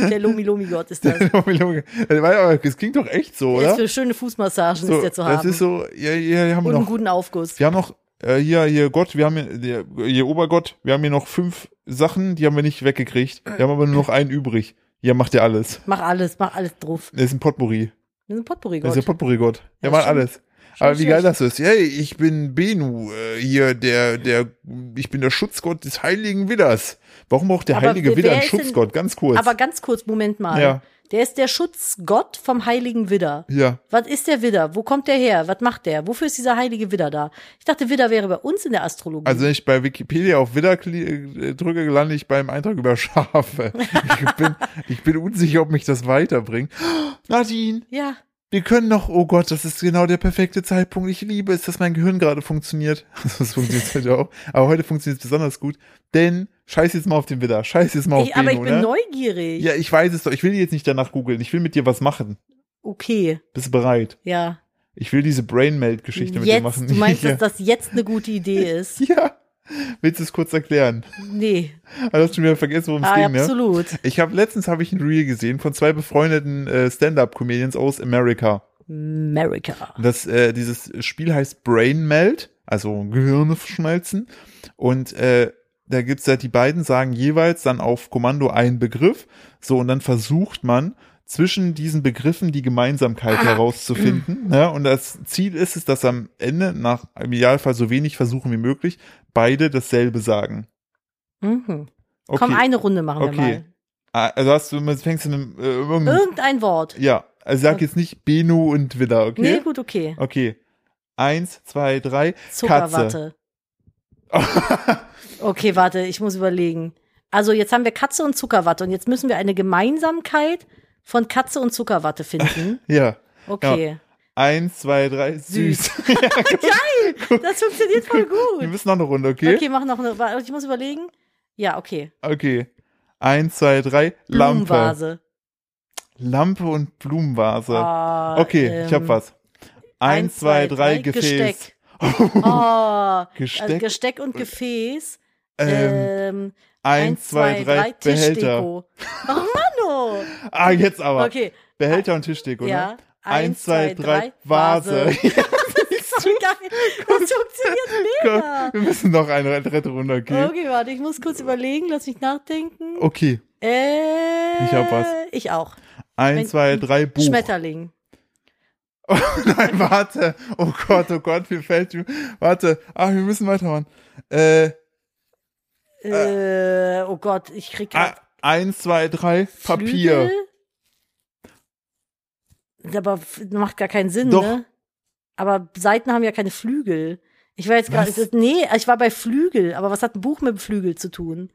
Der Lomi-Lomi-Gott ist das. Junge, Junge. Das war ja aber- das klingt doch echt so, Der ist oder? für schöne Fußmassagen so, ist der zu das haben. ist so, ja, ja, hier haben wir und einen noch, guten Aufguss. wir haben noch, äh, hier, hier Gott, wir haben hier, der, hier Obergott, wir haben hier noch fünf Sachen, die haben wir nicht weggekriegt. Wir haben aber nur noch einen übrig. Hier macht er alles. Mach alles, mach alles drauf. Das ist ein Potpourri. Wir sind Das ist der Potpourri-Gott. Potpourri-Gott. Der Ja, macht stimmt. alles. Aber wie geil das ist. Hey, ich bin Benu, äh, hier der, der, ich bin der Schutzgott des heiligen Widders. Warum braucht der Aber heilige wer- Widder wer einen ist denn- Schutzgott? Ganz kurz. Aber ganz kurz, Moment mal. Ja. Der ist der Schutzgott vom heiligen Widder. ja. Was ist der Widder? Wo kommt der her? Was macht der? Wofür ist dieser heilige Widder da? Ich dachte, Widder wäre bei uns in der Astrologie. Also wenn ich bei Wikipedia auf Widder kli- äh, drücke, gelande ich beim Eintrag über Schafe. Ich bin, ich bin unsicher, ob mich das weiterbringt. Nadine, ja. wir können noch, oh Gott, das ist genau der perfekte Zeitpunkt. Ich liebe es, dass mein Gehirn gerade funktioniert. Also es funktioniert heute auch. Aber heute funktioniert es besonders gut. Denn scheiß jetzt mal auf den Widder, scheiß jetzt mal auf Ich, aber ich Beno, bin ne? neugierig. Ja, ich weiß es doch. Ich will jetzt nicht danach googeln. Ich will mit dir was machen. Okay, Bist du bereit? ja. Ich will diese Brainmeld-Geschichte mit dir jetzt, machen. du meinst, ja. dass das jetzt eine gute Idee ist? ja. Willst du es kurz erklären? Nee, Also hast du schon wieder vergessen, worum es ah, ging, ne? absolut. Ich habe letztens habe ich ein Reel gesehen von zwei befreundeten äh, Stand-up-Comedians aus Amerika. America. Und Das, äh, dieses Spiel heißt Brain Melt, also Gehirne schmelzen. Und äh, da gibt's ja die beiden sagen jeweils dann auf Kommando einen Begriff. So, und dann versucht man zwischen diesen Begriffen die Gemeinsamkeit herauszufinden. Ja, und das Ziel ist es, dass am Ende, nach im Idealfall so wenig Versuchen wie möglich, beide dasselbe sagen. Mhm. Okay. Komm, eine Runde machen Okay. wir mal. Ah, Also hast du, fängst du mit einem, äh, irgendeinem Irgendein Wort. Ja, also sag jetzt nicht Benu und Widder, okay? Nee, gut, okay. Okay. Eins, zwei, drei. Katze. Zuckerwatte. okay, warte, ich muss überlegen. Also jetzt haben wir Katze und Zuckerwatte und jetzt müssen wir eine Gemeinsamkeit von Katze und Zuckerwatte finden. Ja. Okay. Eins, zwei, drei. Süß. ja, Das funktioniert voll wir gut. müssen noch eine Runde, okay? Okay, mach noch eine. warte, Ich muss überlegen. Ja, okay. Okay. Eins, zwei, drei. Lampe. Blumenvase. Lampe und Blumenvase. Ah, okay, ich hab ähm, was. Eins, zwei, drei, Äh, Gefäß. Gesteck. Oh, Gesteck. also Gesteck und Gefäß. ähm, Ähm, eins, zwei, drei. Behälter. Tischdeko. Oh, Mano. Ah, jetzt aber. Okay. Behälter und Tischdeko, ne? Ja. Eins, zwei, drei. Vase. Das ist so geil. Das funktioniert Komm, mega. wir müssen noch eine dritte Runde, okay? Okay, warte, ich muss kurz überlegen, lass mich nachdenken. Okay. Äh, Ich hab was. Ich auch. Wenn- Eins, zwei, drei, Buch. Schmetterling. Nein, warte. Oh Gott, oh Gott, mir fällt mir. Warte. Ach, wir müssen weitermachen. Äh, Äh, oh Gott, ich krieg a- grad eins, zwei, drei, Ah, Papier. Flügel. Aber f- macht gar keinen Sinn, Doch. ne? Aber Seiten haben ja keine Flügel. Ich war jetzt gerade, Was? nee, ich war bei Flügel, aber was hat ein Buch mit dem Flügel zu tun?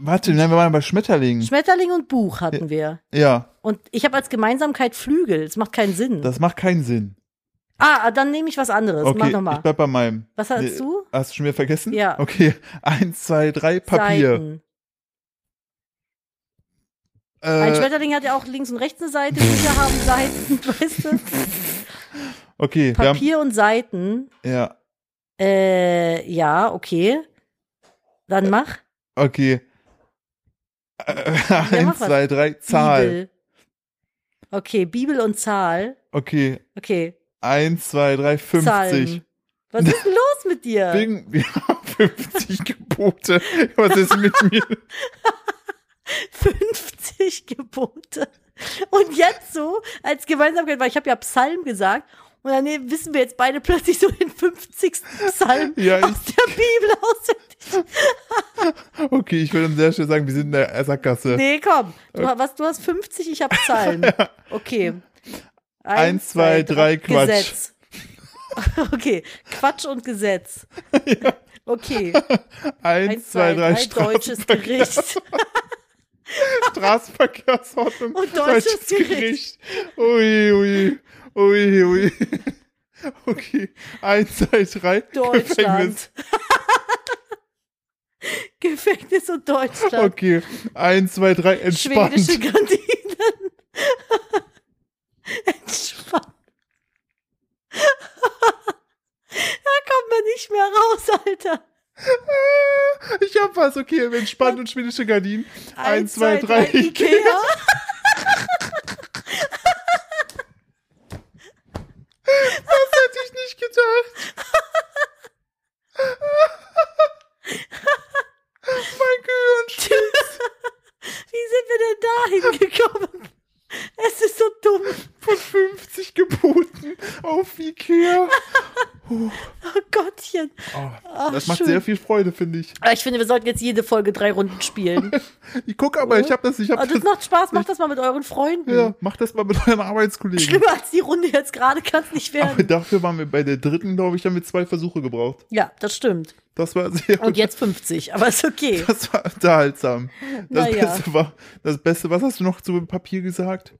Warte, nein, wir waren bei Schmetterlingen. Schmetterling und Buch hatten wir. Hm. ja, Und ich habe als Gemeinsamkeit Flügel. Es macht keinen Sinn. das macht keinen Sinn. ah, dann nehme ich was anderes. Mach Okay, ich nochmal. bleib bei meinem. Was hast Nee, du? Hast du schon wieder vergessen? Ja. Okay. Eins, zwei, drei, Papier. Seiten. Ein Äh, Schmetterling hat ja auch links und rechts eine Seite. Bücher haben Seiten, weißt du? okay, wir Papier und Seiten. haben, ja, Äh, ja, okay. Dann mach. okay. Äh, eins, mach was. zwei, drei, Zahl. Bibel. Okay, Bibel und Zahl. Okay. Okay. Eins, zwei, drei, 50. Psalm. Was ist denn los mit dir? Wegen, wir haben 50 Gebote. Was ist mit mir? 50 Gebote. Und jetzt so als Gemeinsamkeit, weil ich habe ja Psalm gesagt und dann wissen wir jetzt beide plötzlich so den 50. Psalm Ja, ich- aus der Bibel aus. Okay, ich würde an der Stelle sagen, wir sind in der Sackgasse. Nee, komm. Du, was, du hast 50, ich habe Psalm. Okay. Eins, zwei, drei, Quatsch. Gesetz. Okay, Quatsch und Gesetz. Okay, Eins, eins, zwei, drei, deutsches Gericht. Straßenverkehrsordnung. Und deutsches Gericht. Ui, ui, ui, ui. Okay, eins, zwei, drei, Gefängnis. Deutschland. Gefängnis und Deutschland. Okay, eins, zwei, drei, Schwedische entspannt. Gardinen. Entspannt. Da kommt man nicht mehr raus, Alter. Ich hab was, okay, entspannt und schwedische Gardinen. Eins, zwei, drei, Ikea. Ikea. Das hätte ich nicht gedacht. mein Gehirn. Wie sind wir denn da hingekommen? Es ist so dumm. von 50 Geboten auf wie Ikea. Puh. Oh Gottchen. Oh, Ach, das macht schön. sehr viel Freude, finde ich. Aber Ich finde, wir sollten jetzt jede Folge drei Runden spielen. Ich guck aber, ich habe das, ich Aber habe das Oh. das. macht Spaß, macht das mal mit euren Freunden. Ja, mach das mal mit euren Arbeitskollegen. Schlimmer als die Runde jetzt gerade kann es nicht Aber werden. dafür waren wir bei der dritten, glaube ich, haben wir zwei Versuche gebraucht. Ja, das stimmt. Das war sehr Und jetzt 50, aber ist okay. Das war unterhaltsam. Das Naja. Beste war, das Beste, was hast du noch zu dem Papier gesagt?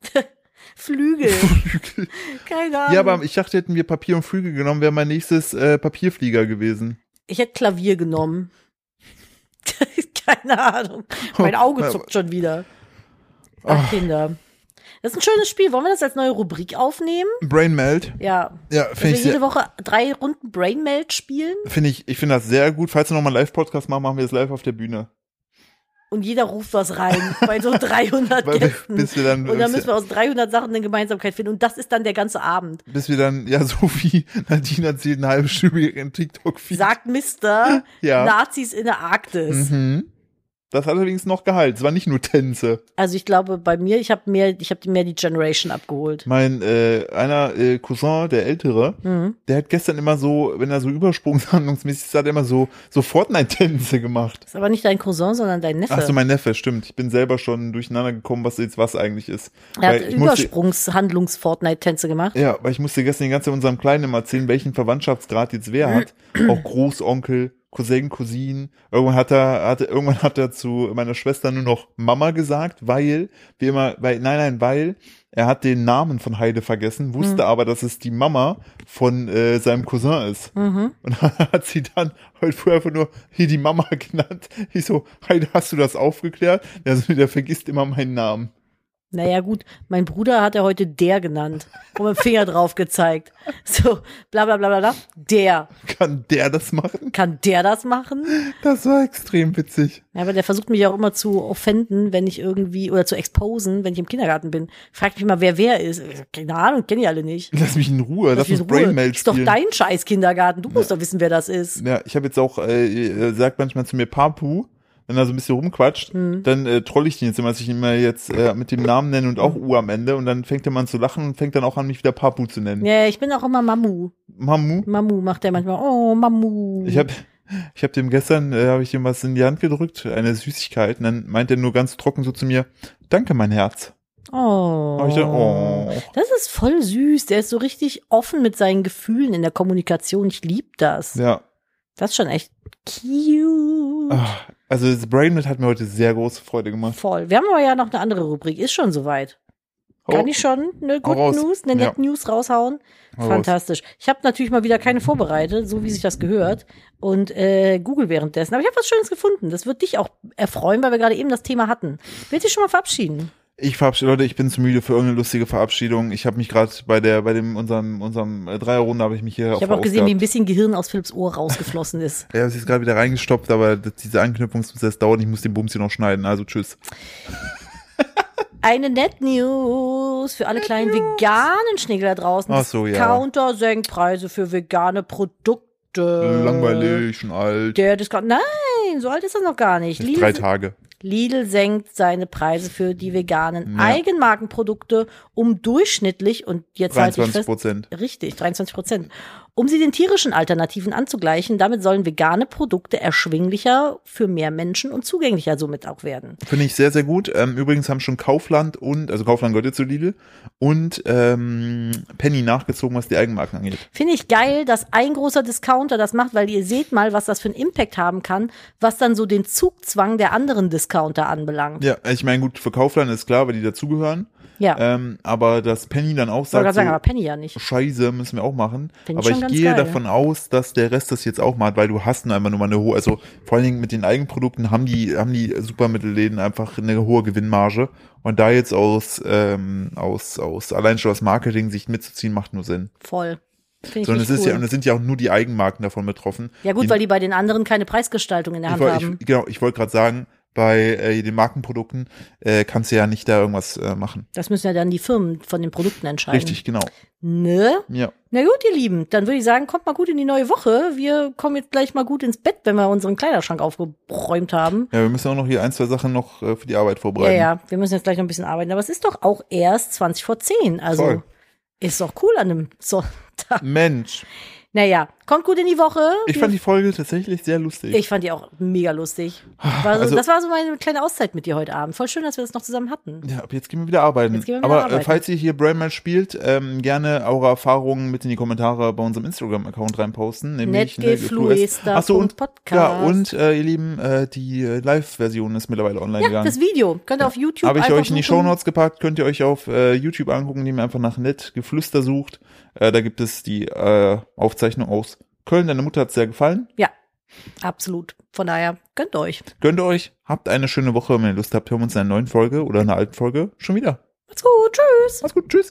Flügel. Flügel. Keine Ahnung. Ja, aber ich dachte, hätten wir Papier und Flügel genommen, wäre mein nächstes äh, Papierflieger gewesen. ich hätte Klavier genommen. Keine Ahnung. Mein Oh, Auge zuckt schon wieder. Ach, Ach. Kinder. Das ist ein schönes Spiel. Wollen wir das als neue Rubrik aufnehmen? Brain Melt. Ja. Ja, Dass finde wir ich, Also jede sehr- Woche drei Runden Brain Melt spielen finde ich, ich finde das sehr gut. Falls wir nochmal einen Live-Podcast machen, machen wir das live auf der Bühne. und jeder ruft was rein bei so 300 Weil wir, Gästen. bis wir dann, Und dann müssen wir aus 300 Sachen eine Gemeinsamkeit finden. Und das ist dann der ganze Abend. bis wir dann, ja, so wie Nadine erzählt, eine halbe Stunde ihren TikTok-Feed. Sagt Mister Ja. Nazis in der Arktis. Mhm. Das hat allerdings noch gehalten. Es waren nicht nur Tänze. Also ich glaube, bei mir, ich habe mehr, ich habe mir die Generation abgeholt. Mein äh, einer äh, Cousin, der Ältere, Mhm. der hat gestern immer so, wenn er so übersprungshandlungsmäßig ist, hat er immer so, so Fortnite-Tänze gemacht. Ist aber nicht dein Cousin, sondern dein Neffe. Ach so, mein Neffe, stimmt. Ich bin selber schon durcheinander gekommen, was jetzt was eigentlich ist. er Weil hat ich musste, Übersprungshandlungs-Fortnite-Tänze gemacht. ja, weil ich musste gestern die ganze Zeit unserem Kleinen immer erzählen, welchen Verwandtschaftsgrad jetzt wer hat. Auch Großonkel, Cousin, Cousinen. Irgendwann hat er, hat, er- irgendwann hat er zu meiner Schwester nur noch Mama gesagt, weil, wie immer, weil, nein, nein, weil er hat den Namen von Heide vergessen, wusste aber, dass es die Mama von äh, seinem Cousin ist. Mhm. Und dann hat sie dann heute früh einfach nur hier die Mama genannt. Ich so, Heide, hast du das aufgeklärt? Der, so, der vergisst immer meinen Namen. Naja, gut, mein Bruder hat er heute der genannt und mit dem Finger drauf gezeigt. So, bla bla bla bla bla. Der. Kann der das machen? Kann der das machen? Das war extrem witzig. Ja, aber der versucht mich auch immer zu offenden, wenn ich irgendwie, oder zu exposen, wenn ich im Kindergarten bin. Fragt mich mal, wer wer ist. Keine Ahnung, kenn ich alle nicht. Lass mich in Ruhe, lass, mich uns in Ruhe. Brainmail Ist doch spielen. dein scheiß Kindergarten. Du musst doch wissen, wer das ist. ja, ich habe jetzt auch, äh, er sagt manchmal zu mir Papu, wenn er so ein bisschen rumquatscht, Hm. dann äh, troll ich den jetzt immer, dass ich ihn immer jetzt äh, mit dem Namen nenne und auch Hm. U am Ende und dann fängt er mal an zu lachen und fängt dann auch an, mich wieder Papu zu nennen. Ja, Hm. ich bin auch immer Mamu. Mamu, Mamu macht der manchmal, oh, Mamu. Ich habe ich hab dem gestern, äh, habe ich ihm was in die Hand gedrückt, eine Süßigkeit, und dann meint er nur ganz trocken so zu mir, danke mein Herz. oh. Hab ich dann, oh. Das ist voll süß. Der ist so richtig offen mit seinen Gefühlen in der Kommunikation. Ich lieb das. Ja, Das ist schon echt cute. ah, also das Brainlet hat mir heute sehr große Freude gemacht. Voll. Wir haben aber ja noch eine andere Rubrik. Ist schon soweit. Kann ich schon eine Good Oh. raus. News, eine Ja. Net News raushauen? Hau raus. Fantastisch. Ich habe natürlich mal wieder keine vorbereitet, so wie sich das gehört. Und äh, Google währenddessen. Aber ich habe was Schönes gefunden. Das wird dich auch erfreuen, weil wir gerade eben das Thema hatten. Willst du dich schon mal verabschieden? Ich verabschiede, Leute, ich bin zu müde für irgendeine lustige Verabschiedung. Ich habe mich gerade bei der, bei dem unserem, unserem äh, Dreierrunde habe ich mich hier Ich habe auch gesehen, wie ein bisschen Gehirn aus Philips Ohr rausgeflossen ist. Ja, es ist gerade wieder reingestopft, aber das, dieser Anknüpfungsprozess dauert. Ich muss den Bums hier noch schneiden. Also tschüss. Eine Net News für alle kleinen veganen Schnegel da draußen. Ach so, ja. Counter senkt Preise für vegane Produkte. Langweilig, schon alt. Der Discount. Nein, so alt ist das noch gar nicht. Nicht drei Lidl, Tage. Lidl senkt seine Preise für die veganen Ja. Eigenmarkenprodukte um durchschnittlich und jetzt halte ich 23 fest. Prozent. Richtig, 23 Prozent. Um sie den tierischen Alternativen anzugleichen, damit sollen vegane Produkte erschwinglicher für mehr Menschen und zugänglicher somit auch werden. Finde ich sehr, sehr gut. Ähm, übrigens haben schon Kaufland und, also Kaufland gehört jetzt zu Lidl, und ähm, Penny nachgezogen, was die Eigenmarken angeht. Finde ich geil, dass ein großer Discounter das macht, weil ihr seht mal, was das für einen Impact haben kann, was dann so den Zugzwang der anderen Discounter anbelangt. Ja, ich meine, gut, für Kaufland ist klar, weil die dazugehören. Ja, ja. Ähm, aber dass Penny dann auch ich sagt, wollte gerade sagen, aber so, Penny ja nicht. Scheiße, müssen wir auch machen. Find ich aber schon ich ganz gehe geil. davon aus, dass der Rest das jetzt auch macht, weil du hast nun einfach nur mal eine hohe, also vor allen Dingen mit den Eigenprodukten haben die, haben die Supermittelläden einfach eine hohe Gewinnmarge. Und da jetzt aus, ähm, aus, aus, allein schon aus Marketing-Sicht mitzuziehen, macht nur Sinn. Voll. Finde ich Sondern es richtig ist cool. ja, und es sind ja auch nur die Eigenmarken davon betroffen. ja gut, die, weil die bei den anderen keine Preisgestaltung in der ich, Hand woll- haben. ich, genau, ich wollte gerade sagen, bei äh, den Markenprodukten äh, kannst du ja nicht da irgendwas äh, machen. Das müssen ja dann die Firmen von den Produkten entscheiden. Richtig, genau. Ne? Ja. Na gut, ihr Lieben, dann würde ich sagen, kommt mal gut in die neue Woche. Wir kommen jetzt gleich mal gut ins Bett, wenn wir unseren Kleiderschrank aufgeräumt haben. Ja, wir müssen auch noch hier ein, zwei Sachen noch äh, für die Arbeit Ja, vorbereiten. ja, wir müssen jetzt gleich noch ein bisschen arbeiten. Aber es ist doch auch erst 20 vor 10. Also Voll. ist doch cool an einem so Alter. Mensch. Naja, kommt gut in die Woche. Ich Wir- fand die Folge tatsächlich sehr lustig. ich fand die auch mega lustig. War so, Also- das war so meine kleine Auszeit mit dir heute Abend. Voll schön, dass wir das noch zusammen hatten. Ja, ab jetzt gehen wir wieder arbeiten. Jetzt gehen wir wieder Aber arbeiten. Äh, falls ihr hier Brainman spielt, ähm, gerne eure Erfahrungen mit in die Kommentare bei unserem Instagram-Account reinposten. nämlich, ne, Netgefluester.podcast. Achso, und, ja, und äh, ihr Lieben, äh, die äh, Live-Version ist mittlerweile online Ja, gegangen. das Video. Könnt ihr auf YouTube Habe ich einfach euch in die suchen. Shownotes gepackt, könnt ihr euch auf äh, YouTube angucken, indem ihr einfach nach Nettgeflüster sucht. Äh, da gibt es die äh, Aufzeichnung aus Köln. Deine Mutter hat sehr gefallen. Ja, absolut. Von daher, gönnt euch. Gönnt euch, habt eine schöne Woche. Wenn ihr Lust habt, hören wir uns in einer neuen Folge oder einer alten Folge schon wieder. Macht's gut. Tschüss. Macht's gut, tschüss.